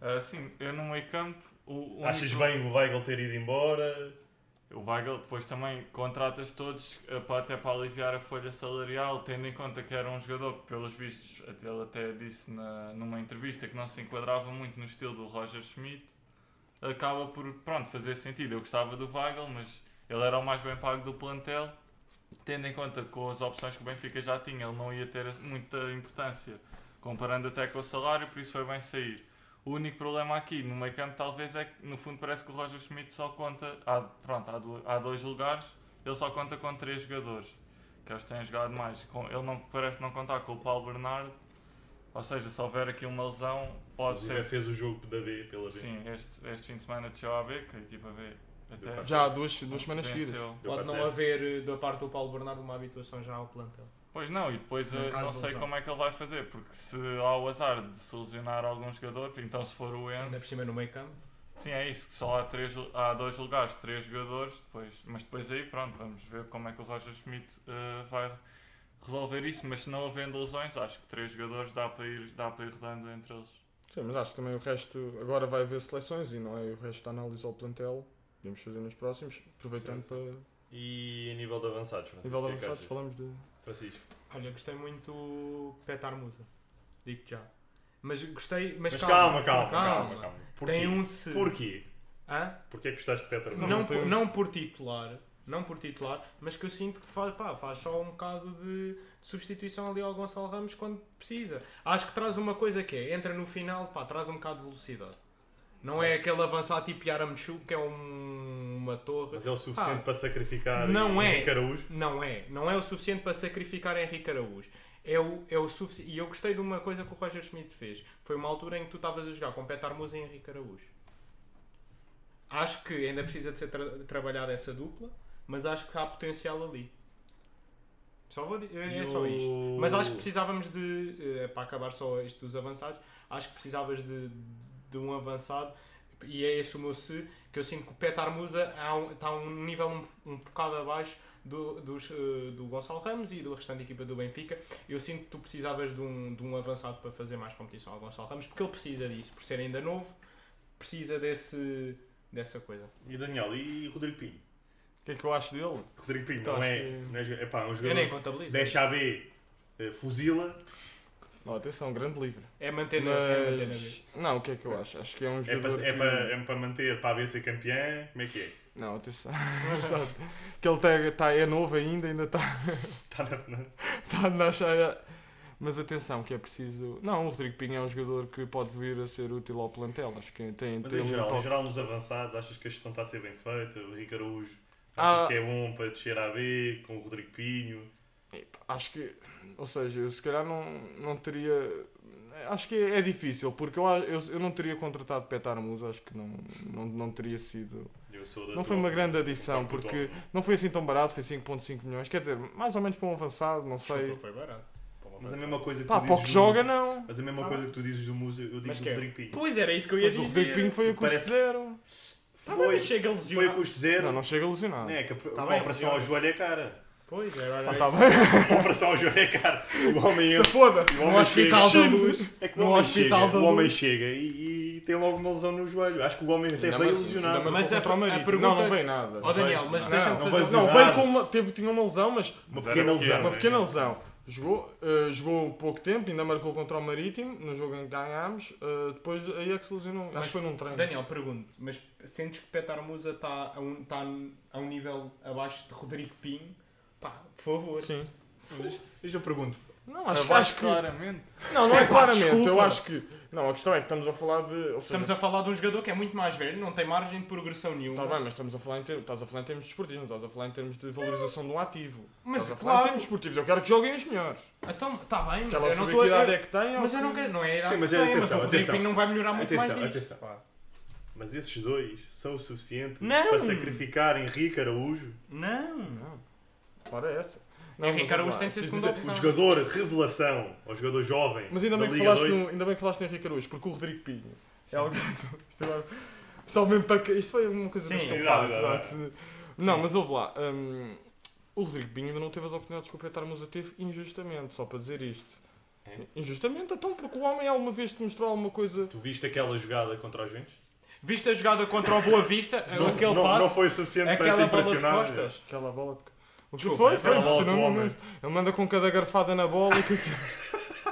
Ah, sim, eu no meio campo. O,
Um
o
Achas
único-
bem o Weigl ter ido embora?
O Weigl depois também contratas todos eh, para, até para aliviar a folha salarial, tendo em conta que era um jogador que, pelos vistos, até, ele até disse na, numa entrevista que não se enquadrava muito no estilo do Roger Schmidt. Acaba por, pronto, fazer sentido. Eu gostava do Weigl, mas ele era o mais bem pago do plantel. Tendo em conta que com as opções que o Benfica já tinha, ele não ia ter muita importância, comparando até com o salário, por isso foi bem sair. O único problema aqui no meio campo talvez é que no fundo parece que o Roger Schmidt só conta. Há, pronto, há, do- há dois lugares, ele só conta com três jogadores, que eles têm jogado mais. Com- ele não parece não contar com o Paulo Bernardo, ou seja, se houver aqui uma lesão, pode
Inclusive,
ser.
fez o jogo da B pela B.
Sim, este, este fim de semana de AB, que a equipa B até
Já há duas, duas semanas seguidas.
venceu.
Deu
Pode
quatro
não
zero.
haver eh, da parte do Paulo Bernardo uma habituação já ao plantel.
Pois não, e depois
No
eh,
caso da
não sei
lesão.
como é que ele vai fazer, porque se há o azar de se lesionar algum jogador, então se for o
Ainda é
Enzo.
por cima no meio campo.
Sim, é isso, que só há, três, há dois lugares, três jogadores, depois, mas depois aí pronto, vamos ver como é que o Roger Schmidt eh, vai resolver isso, mas se não havendo lesões, acho que três jogadores dá para ir, dá para ir rodando entre eles.
Sim, mas acho que também o resto. Agora vai haver seleções e não é o resto da análise ao plantel. Podemos fazer nos próximos, aproveitando
Sim,
para.
E a nível de avançados, Francisco?
Nível de
o que é que
avançados,
achas?
falamos de.
Francisco.
Olha, gostei muito do Petar Musa. Digo-te já. Mas gostei. Mas,
Mas calma, calma, calma. calma,
Tem
Porquê?
um se.
Porquê?
Hã?
Porquê é que gostaste de Petra
não,
Mano?
por,
temos-
não por titular, não por titular, mas que eu sinto que faz, pá, faz só um bocado de, de substituição ali ao Gonçalo Ramos quando precisa. Acho que traz uma coisa que é, entra no final, pá, traz um bocado de velocidade. Não é aquele avançar tipo Yaramchuk, que é um- uma torre.
Mas é o suficiente
Ah,
para sacrificar
não
o
é.
Henrique Araújo?
Não é, não é o suficiente para sacrificar Henrique Araújo. É o, é o sufici- E eu gostei de uma coisa que o Roger Schmidt fez. Foi uma altura em que tu estavas a jogar com Petar Musa e Henrique Araújo. Acho que ainda precisa de ser tra- trabalhada essa dupla, mas acho que há potencial ali. Só vou di- é
E
só
o-
isto. Mas
Hum.
acho que precisávamos de. eh, para acabar só isto dos avançados, acho que precisavas de, de um avançado. E é esse o meu se, que eu sinto que o Petar Musa há um- está a um nível um, um bocado abaixo do, dos, eh, do Gonçalo Ramos e do restante da equipa do Benfica. Eu sinto que tu precisavas de um, de um avançado para fazer mais competição ao Gonçalo Ramos, porque ele precisa disso, por ser ainda novo, precisa desse, dessa coisa.
E Daniel, e Rodrigo Pinho?
O que é que eu acho dele?
Rodrigo Pinho
Então,
não
acho
é,
que-
não é, jo- epá, é um
Eu nem
jogador
contabilizo.
É um
deixa a B, eh, fuzila,
Não, atenção, grande livro.
É manter na, é manter na B.
Mas... Não, o que é que eu acho? Acho que é um
É
jogador.
para, é,
que-
para, é para manter, para haver ser campeão, como é que é?
Não, atenção. Exato. que ele tá, tá- é novo ainda, ainda está
Está na, na-
tá na cheia. Mas atenção, que é preciso. Não, o Rodrigo Pinho é um jogador que pode vir a ser útil ao plantel. Acho que tem,
Mas
tem
em
um
geral, em
toque.
geral, nos avançados, achas que a gestão está a ser bem feita? O Rico Araújo, achas
Ah.
que é bom para descer à B, com o Rodrigo Pinho?
Acho que, ou seja, eu se calhar não, não teria. Acho que é, é difícil, porque eu, a- eu, eu não teria contratado Petar Musa, acho que não, não, não teria sido.
Eu sou da
Não
tua
foi uma
opinião.
grande adição,
Concordo com o
porque
Tom.
não foi assim tão barato, foi 5,5 milhões, quer dizer, mais ou menos para um avançado, não sei. é
Desculpa, foi barato. Para
Mas
uma
é a
avançada.
mesma coisa que
Pá,
tu
para o
dizes
que
do-
joga, não.
Mas a mesma
Ah.
coisa que tu dizes do Musa, eu digo
Mas
do
que é?
Rodrigo Pinho.
Pois era isso que eu ia
Mas o Rodrigo
dizer.
Pinho foi a custo
Parece-
zero.
Tá bem,
Foi,
mas chega
foi Ah, a
lesionado.
custo zero.
Não, não chega lesionado.
É, que a,
Tá
uma
bem,
operação ao
lesionas.
joelho é cara.
Pois era.
Ah,
era
tá
é isso.
bem.
Uma operação ao joelho é cara. O homem entra.
foda!
o
No
homem
hospital
chega-
da luz.
É que o
No
homem chega,
hospital da
o homem
luz.
chega e, e tem logo uma lesão no joelho. Acho que o homem até
Ainda
veio
mar-
lesionado.
ainda
Mas
marcou
a-
contra é o
a
Marítimo.
pergunta-
Não, não veio nada.
Ó Daniel, mas
Não,
deixa-me
não
fazer
vai
uma-
dizer
Não,
nada.
veio com uma. Teve, tinha uma lesão, mas
Uma
Zero
pequena
ao que
lesão.
é,
uma
né?
pequena lesão. Jogou, eh, jogou pouco tempo, ainda marcou contra o Marítimo, no jogo em que ganhámos. eh, depois aí é que se lesionou. Acho
Mas,
que foi num treino.
Daniel, pergunto, mas sentes que Petar Musa está a, um, tá a um nível abaixo de Rodrigo Pinho? Pá, por favor.
Sim.
Mas, mas eu pergunto,
Não, acho, que-
Abaixo,
acho que.
claramente.
Não, não é claramente. Eu
desculpa.
acho que. Não, a questão é que estamos a falar de. Ou seja,
estamos a falar de um jogador que é muito mais velho, não tem margem de progressão nenhuma.
Tá bem, mas estamos a falar em termos, estás a falar em termos desportivos, não estás a falar em termos de valorização de um ativo.
Mas,
estás a falar em
claro.
termos desportivos, eu quero que joguem os melhores.
Então, está bem, mas
Aquela
eu não
saber
estou
que
a...
idade
eu-
é que tem. ou
Mas eu
que-
não quero... Não é a idade
Sim, mas
que
é-
tem, mas o
atenção,
Rodrigo
atenção.
Pinho não vai melhorar Tá muito
Atenção,
mais disto.
atenção.
Pá,
Mas esses dois são o suficiente
Não.
para sacrificar Henrique Araújo,
Não.
Não. Ora é essa.
Henrique
mas vamos
Araújo
lá.
tem de ser
Preciso
segunda
dizer-
o
Não.
jogador revelação, o jogador jovem.
é Mas ainda
da
bem, que
Liga
falaste
2.
no, ainda bem que falaste no Henrique Araújo, porque o Rodrigo Pinho é alguém. Isto, agora, pessoal, mesmo para que- isto foi uma coisa
Sim,
das que eu
exato,
faço,
exato.
exato. Não, mas houve lá. hum, o Rodrigo Pinho ainda não teve as oportunidades que o Petar Musa teve injustamente, só para dizer isto.
É?
Injustamente? Então, porque o homem alguma vez te mostrou alguma coisa.
Tu viste aquela jogada contra os Juventus?
Viste a jogada contra o Boa Vista,
Não,
aquele
não,
passe,
não foi o suficiente para te
aquela bola de
impressionar.
costas.
Aquela bola de. O é que
Desculpa,
foi? Foi
aquela bola com o
impressionou-me
homem.
imenso. Ele manda com cada garfada na bola. e que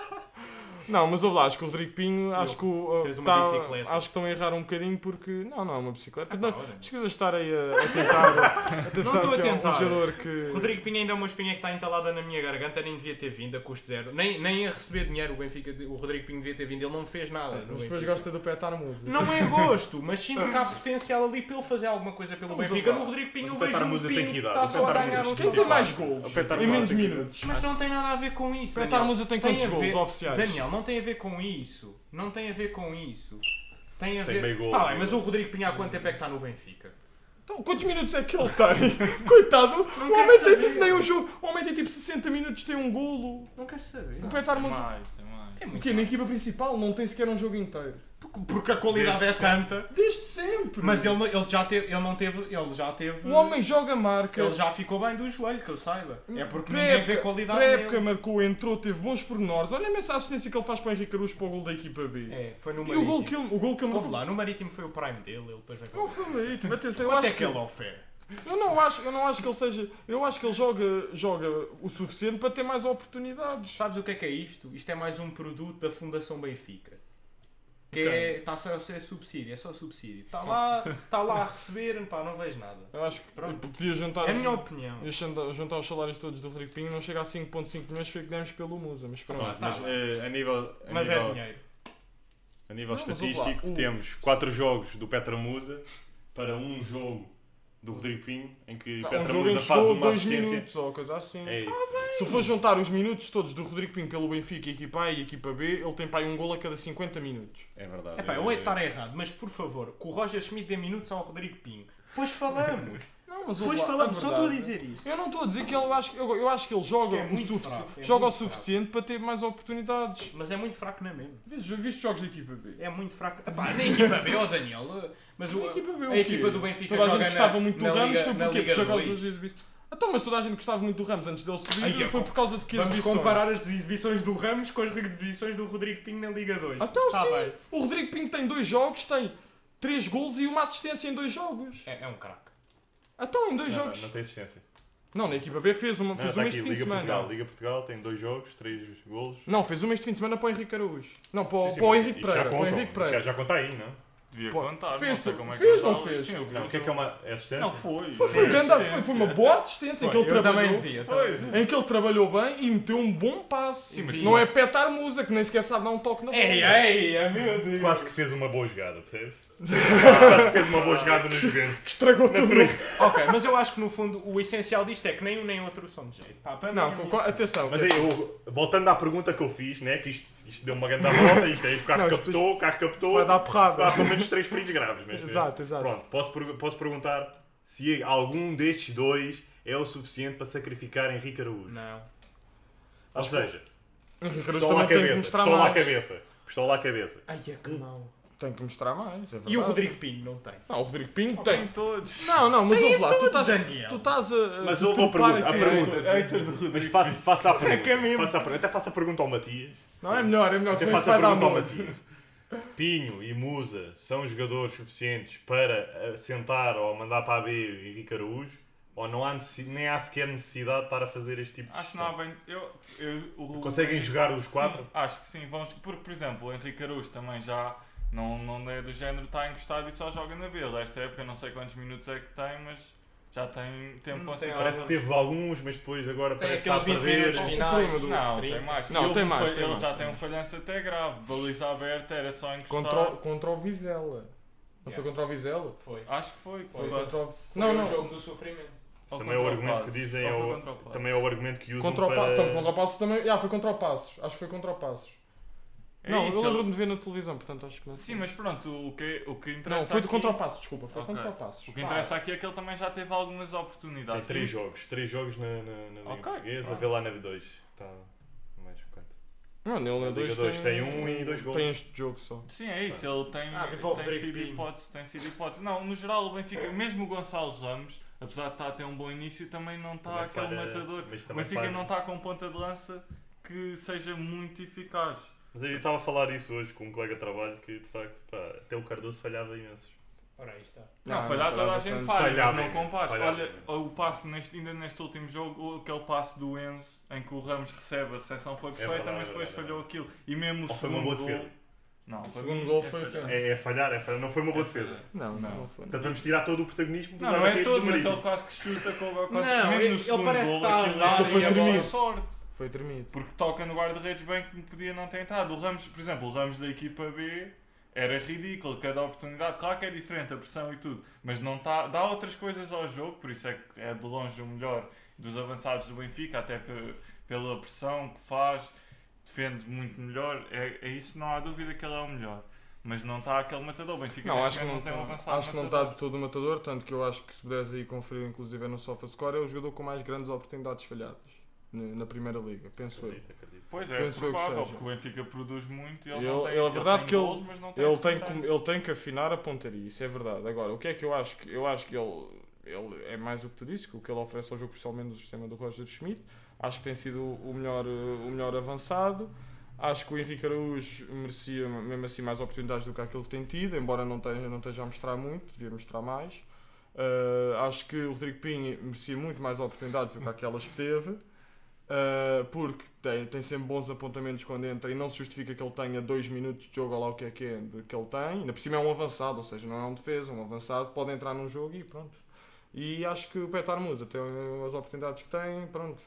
Não, mas ouve lá, acho que o Rodrigo Pinho, acho que, o,
Fez uma
tá-
bicicleta.
acho que estão a errar um bocadinho porque. Não, não, é uma bicicleta. Não,
Ah, olha.
Escusas de estar aí a, a tentar. a tentar
Não estou a
que é um
tentar.
jogador que.
Rodrigo Pinho ainda é uma espinha que está entalada na minha garganta, nem devia ter vindo a custo zero. Nem, nem a receber dinheiro o Benfica, o Rodrigo Pinho devia ter vindo, ele não fez nada. no
Mas depois
Benfica.
gosta do pé estar música.
Não é gosto, mas sinto que há potencial ali para ele fazer alguma coisa pelo
Vamos
Benfica.
lá.
No Rodrigo
Mas
Pinho eu
o
vejo um
Petarmusa tem
Pinho
que
que
idade,
está
o
só a
Petarmusa
ganhar um
tem
Quem tem
salário.
mais gols? Em menos minutos.
Mas tá não tem nada a ver com isso.
O pé
Daniel.
tem
Tem
quantos
a
gols
ver-
oficiais?
Daniel, não tem a ver com isso. Não tem a ver com isso. Tem a
Tem
ver.
meio gol,
Tá
meio
bem, mas
gol.
o Rodrigo Pinho há quanto tempo é que está no Benfica?
Então, quantos minutos é que ele tem? Coitado,
Não
o homem
quero
tem tipo
saber.
nem um jogo. O homem tem tipo 60 minutos, tem um golo.
Não quero saber.
O pé tá estar
Tem
música.
mais, tem mais.
Tem
O
É muito
quê? Na
mais.
equipa principal não tem sequer um jogo inteiro.
Porque- Porque a qualidade é tanta.
Desde sempre.
Mas ele, ele já teve, ele não teve, ele já teve.
O Um homem joga marca.
Ele já ficou bem do joelho, que eu saiba. É
Pré-época-
porque ninguém vê qualidade
Pré-época
nele.
marcou, entrou, teve bons pormenores. Olha imensa assistência que ele faz para o Henrique Araújo para o gol da equipa B.
É, foi no
e o
Marítimo.
gol que ele, o gol que ele
Ouve lá, no Marítimo foi o prime dele, ele depois vai
Não
com
foi Marítimo, atenção, eu
Quanto é
acho
que
que,
ele oferece?
eu não acho, eu não acho que ele seja, eu acho que ele joga, joga o suficiente para ter mais oportunidades.
Sabes o que é que é isto? Isto é mais um produto da Fundação Benfica. Que
Ok.
está só a ser subsídio, é só subsídio. Está lá, tá lá a receber, pá, não vejo nada.
Eu acho que
Pronto.
podia juntar,
É a
os-
minha opinião.
ia juntar, juntar os salários todos do Rodrigo Pinho, não chega a 5.5 milhões, foi o que demos pelo Musa, mas pronto.
Ah, tá.
Mas eh, a nível, a
Mas é
nível,
dinheiro.
a nível
Não, mas vamos lá.
estatístico,
O-
temos 4 jogos do Petra Musa para um jogo do Rodrigo Pinho, em que
Tá, um
Petra
jogo em
Musa
que
faz
chegou
uma
2
assistência.
minutos ou coisa assim.
É isso.
Se for juntar os minutos todos do Rodrigo Pinho pelo Benfica, equipa A e equipa B, ele tem para aí um gol a cada 50 minutos.
É verdade.
É
um
pá, eu hei de estar errado, mas por favor, que o Roger Schmidt dê minutos ao Rodrigo Pinho. Depois falamos.
Não, mas
Depois
ouve lá,
falamos, só estou a
verdade-
dizer isto.
Eu não estou a dizer que ele eu acho que- eu, eu acho que ele joga
É
o
muito
sufici-
fraco, é
joga o
muito
suficiente para ter mais oportunidades.
Mas é muito fraco na mesma.
Viste, viste jogos da equipa B?
É muito fraco. Epá, na equipa B, ó Daniel. Mas o,
A equipa B, é o
a
quê?
equipa do Benfica
Toda a gente
joga
gostava
na,
muito do
na
Ramos,
Liga-
foi
na
porque
Liga
por causa
dois.
das exibições. Então, mas toda a gente gostava muito do Ramos antes dele subir,
Ai, eu
foi
com-
por causa de que
Vamos
exibições.
comparar as exibições do Ramos com as exibições do Rodrigo Pinho na Liga 2.
Então
Tá
sim,
bem.
o Rodrigo Pinho tem dois jogos, tem três golos e uma assistência em dois jogos.
É, é um craque.
Então, em dois
é Não, não,
jogos.
não tem assistência.
Não, na equipa B fez uma,
Não,
fez
tá
uma
aqui,
este fim de
Liga
semana.
Portugal. Liga Portugal tem dois jogos, três golos.
Não, fez uma este fim de semana para o Henrique Araújo. Não, para, o-
Sim, sim,
para o
mas
Henrique
isso já
Pereira. Para o
conta,
Henrique
isso Já,
Pereira.
já conta aí, não?
Devia
Pô,
contar,
fez,
não sei
tu-
como é que
fez,
eu
não
tava-
fez?
Sim, eu vi
Não, o que é que é uma é assistência?
Não, foi.
Foi, foi,
Sim,
grande-
assistência.
foi, foi uma boa assistência em que ele
eu também
trabalhou.
vi, eu também
Pois,
vi.
Em que ele trabalhou bem e meteu um bom passe.
Sim, mas
não
tu-
é petar musa, que nem sequer sabe dar um toque na bola.
É,
Ei, ei, é ei, meu Deus.
Quase que fez uma boa jogada, percebes? Quase que fez uma boa jogada no Juventus.
Que estragou tudo.
ok, mas eu acho que no fundo o essencial disto é que nem um nem outro são de jeito. Pá, para
Não,
mim, é um-
co- co- atenção.
Mas aí, eu- voltando à pergunta que eu fiz, né? Que isto, isto deu uma grande volta, isto aí o carro
Não, isto-
captou, o carro captou.
vai dar
Há
porrada.
pelo menos três feridos graves, mas.
Exato, exato.
Pronto, posso, pergu- posso perguntar se algum destes dois é o suficiente para sacrificar Henrique Araújo.
Não.
Ou seja,
Henrique Araújo
pistola à
também tem que
cabeça,
mostrar
pistola à
mais.
cabeça, pistola à cabeça.
Ai, é que mau.
Tem que mostrar mais, é verdade.
E o Rodrigo Pinho não tem.
Não, o Rodrigo Pinho
Tem
tem.
todos.
Não, não, mas ouve lá, tu
Todos,
estás,
Daniel.
tu estás a. a
Mas houve uma
deturpar
pergunta, a
aqui-
pergunta. Mas faça, faça a pergunta.
que é mesmo.
faça a pergunta. Até faça a pergunta ao Matias.
Não, é melhor, é melhor,
Até
que senão isto
faço a
vai dar
pergunta ao
muito.
Matias. Pinho e Musa são jogadores suficientes para eh, sentar ou mandar para a B Henrique Araújo? Ou não há necessi- nem há sequer necessidade para fazer este tipo de
Acho que não há
gestão?
bem. Eu, eu, o-
Conseguem jogar os
Sim,
quatro?
acho que sim. Vamos, porque, por exemplo, o Henrique Araújo também já não, não é do género, está encostado e só joga na Bela. Esta época não sei quantos minutos é que tem, mas já tem tempo
Não
assim.
tem
Parece que teve alguns, mas depois agora
Tem
parece que está a
aqueles 20
perder.
minutos
O
finais.
problema do-
Não,
30.
tem mais.
Não,
Ele
tem mais,
foi-
tem
Ele
mais,
já
tem
tem um
mais.
falhanço até grave. Baliza aberta, era só encostar.
Contra o, contra o Vizela. Não
Yeah.
foi contra o Vizela?
Foi.
Acho que foi.
Foi
Foi,
contra o. Não,
Não, não. o
não.
um jogo do sofrimento.
Isso também é o argumento que dizem, é o- também é o argumento que usam
Contra o, pa...
para...
Tanto contra o Passos também. Ah, foi contra o Passos. Acho que foi contra o Passos. não, eu lembro-me de ver na televisão, portanto acho que não.
É Sim, mas pronto, o que, o que interessa.
Não, foi de
aqui,
contra o Passos, desculpa. Foi
Ok.
contra o Passos.
O que interessa aqui é que ele também já teve algumas
Tem
oportunidades.
três jogos, três jogos na, na, na Liga
Ok,
Portuguesa,
pronto.
vê lá na B2. Está mais chocante.
Mano, ele na
Liga
2
dois tem um e dois golos.
Tem este jogo só.
Sim, é isso, ele tem,
Ah, devolve
tem
Drake
sido
Green.
hipótese, tem sido hipótese. Não, no geral o Benfica, mesmo o Gonçalo Ramos, apesar de estar a ter um bom início, também não está
Também
aquele
falha-
matador.
mas
O
também
Benfica
falha.
não tá está com um ponta de lança que seja muito eficaz.
Mas eu estava a falar isso hoje com um colega de trabalho que, de facto, pá, até o Cardoso falhava imenso.
Ora, aí está.
Não,
Não,
foi
não
lá toda
falhava
a gente
tanto.
falha,
Falhava,
mas não compares.
falhava.
Olha, o passo neste, ainda neste último jogo, aquele passo do Enzo, em que o Ramos recebe, a recepção foi perfeita,
verdade,
mas depois
é verdade.
falhou aquilo. E mesmo o
Ou foi uma
segundo
boa
gol...
defesa.
Não,
O
foi-
segundo gol
é
foi o
falhado.
tempo.
É, é falhar, é falhar. Não foi uma boa defesa.
Não,
Não.
não foi.
Portanto, vamos tirar todo o protagonismo do
Não, não é
Henrique
todo,
do
mas
Marítimo.
ele quase que chuta com
Não,
o Mesmo
ele-
no
ele
segundo
parece
gol,
que tá está a
aquilo
andar
é-
e a bola-
bola- sorte.
Foi tremido.
Porque toca no guarda-redes bem que podia não ter entrado. O Ramos, por exemplo, o Ramos da equipa B era ridículo, cada oportunidade, claro que é diferente a pressão e tudo, mas não tá, dá outras coisas ao jogo, por isso é que é de longe o melhor dos avançados do Benfica, até pe- pela pressão que faz, defende muito melhor, é, é isso não há dúvida que ele é o melhor. Mas não está aquele matador. O Benfica
Não,
neste
acho que não,
momento tem um
tem-
avançado
acho que não tá está
matador.
de todo o matador, tanto que eu acho que se puderes aí conferir, inclusive no SofaScore, é o jogador com mais grandes oportunidades falhadas na, na primeira liga, penso eu.
Acredito, acredito.
Pois é,
Penso eu que
provável,
seja.
porque o Benfica produz muito e ele,
Ele-
não
é
tem,
a verdade
tem
que ele-
golos, mas não tem
Ele tem, que,
resultados.
ele tem que afinar a pontaria, isso é verdade. Agora, o que é que eu acho que eu acho que ele, ele é mais o que tu disse, que o que ele oferece ao jogo, especialmente do sistema do Roger Schmidt, acho que tem sido o melhor, eh, o melhor avançado. Acho que o Henrique Araújo merecia mesmo assim mais oportunidades do que aquele que tem tido, embora não tenha, não esteja a mostrar muito, devia mostrar mais. Ah, acho que o Rodrigo Pinho merecia muito mais oportunidades do que aquelas que teve. Uh, porque tem, tem sempre bons apontamentos quando entra e não se justifica que ele tenha dois minutos de jogo ou lá o que é que é de- que ele tem. Ainda por cima é um avançado, ou seja, não é um defesa, é um avançado, pode entrar num jogo e pronto. E acho que o Petar Musa tem as oportunidades que tem, pronto,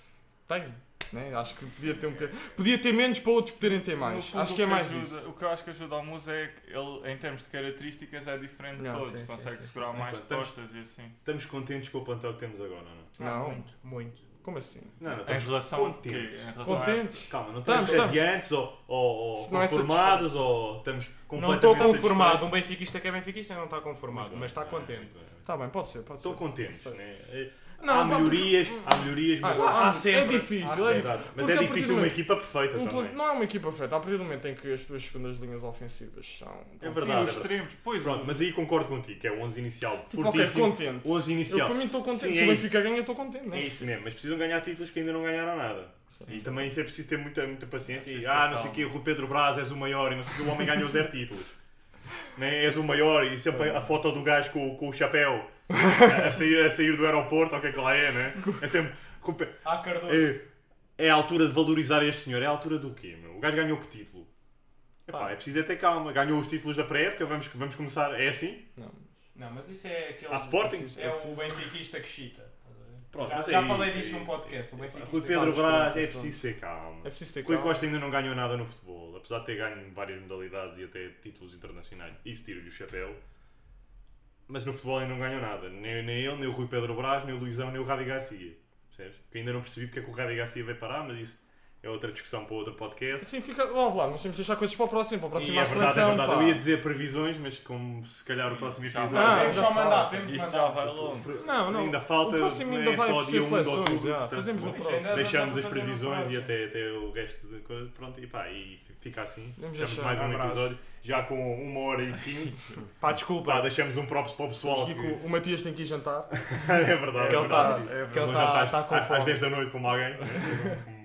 tem. Né? Acho que podia ter um boca- Podia ter menos para outros poderem ter
No
mais.
fundo,
acho
o
que é mais
ajuda-
isso.
O que eu acho que ajuda ao Musa é que ele, em termos de características, é diferente de
Não,
todos.
sim, sim,
Consegue
sim,
segurar
sim,
mais
sim. Estamos-
costas e assim.
Estamos contentes com o plantel que temos agora, não? é?
Não.
Ah, Muito, muito.
Como assim?
Não, não,
Em
estamos
relação a quê?
contentes.
Em relação
Contentes?
Calma, não
Estamos,
estamos,
estamos.
adiantes ou, ou, ou
Se não é
conformados ou estamos
Não
completamente
estou conformado.
satisfeitos.
Um benfiquista que é benfiquista não está conformado, mas está contente.
Está Tá bem, pode ser, pode
Estou
ser.
contente, né? É-
Não,
há
pá,
melhorias, há melhorias, mas...
Ah,
há
é
sempre.
difícil,
Sim,
é
exato. Mas
porque a
é
partir do
difícil uma
momento-
equipa perfeita
Um pla-
também.
não é uma equipa feita. A partir do momento em que as tuas segundas linhas ofensivas são.
É
Sim,
verdade,
os
é verdade.
extremos. Pois,
Pronto, mas aí concordo contigo, que é o 11 inicial
Tipo, ok,
fortíssimo.
contente.
11
Eu
inicial.
para mim estou contente.
Sim,
Se o
é isso.
Benfica ganha, eu estou contente. Não?
É
é?
isso mesmo, mas precisam ganhar títulos que ainda não ganharam nada. e também isso é preciso ter muita, muita paciência.
É preciso
E,
ter
ah, não sei o
calma.
quê, o Rui Pedro Brás és o maior e não sei o quê, o homem ganhou zero títulos. nem és o maior e sempre a foto do gajo com, com o chapéu a, a sair, a sair do aeroporto, ou o que é que lá é, né? É sempre.
Ah, Cardoso.
É, é a altura de valorizar este senhor, é a altura do quê, meu? O gajo ganhou que título? Epá, é preciso é ter calma, ganhou os títulos da pré-época, vamos, vamos começar, é assim?
Não,
Não, mas isso é aquele.
Há Sporting?
É o benfiquista que chita. estás a ver?
Pronto,
Já,
mas é
já
aí-
falei disso num podcast. O benfiquista.
Rui Pedro
Vamos, pronto,
Braz, é
vamos.
preciso ter calma.
é preciso ter
Rui
calma.
Costa ainda não ganhou nada no futebol, apesar de ter ganho em várias modalidades e até títulos internacionais. Isso tiro-lhe o chapéu. Mas no futebol ainda não ganhou nada. Nem, nem ele, nem o Rui Pedro Brás, nem o Luizão, nem o Rádio Garcia. Percebes? Que ainda não percebi porque é que o Rádio Garcia veio parar, mas isso é outra discussão para outro podcast.
Sim, fica. Vamos lá, nós temos de deixar coisas para o próximo, para o próximo
e é
à
verdade,
seleção.
é verdade.
pá.
Eu ia dizer previsões, mas como se calhar o próximo
já
episódio. é
vai.
temos
já
só mandar,
fala.
temos
Isto já
mandar.
vai longe.
Não, não.
Ainda falta.
O próximo
não
ainda
é
vai
só
ser
dia 1 de
seleções,
outubro,
já,
portanto,
fazemos no
bom,
próximo.
Ainda-
Deixamos as
Vamos
um
fazer uma
previsões e
frase.
até, até o resto de coisa. Pronto, e pá, e fica assim.
Vamos
Fechamos
deixar.
mais um
Abraço.
episódio, já com uma hora e quinze.
Pá, desculpa.
Pá, deixamos um props para o pessoal.
Mas,
Que...
Kiko, o Matias tem que ir jantar.
é verdade.
que
é
ele está-
tá-
verdade.
É
que ele
Vamos
está-
jantar
está com
às,
fome.
às 10 da noite como alguém. né?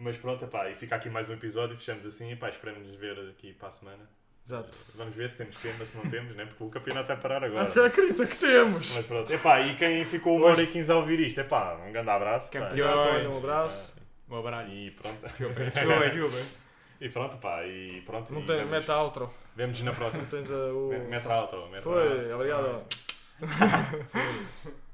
Mas pronto, pá, e fica aqui mais um episódio. Fechamos assim. Pá, esperamos ver aqui para a semana.
Exato.
Vamos ver se temos tema, se não temos, né? porque o campeonato vai parar agora.
Acredita que temos.
Mas pronto, epá, e quem ficou uma hora e 15 a ouvir isto, epá, um grande abraço. pá.
Campeão, António, um abraço.
Um abraço.
É, E pronto.
Desculpa, desculpa.
E pronto, pá, e pronto.
Não
e
tem,
vemos-
mete a outro.
Vemos-nos na próxima.
Não tens a, o.
Mete a outro. mete a
Foi,
outro.
obrigado.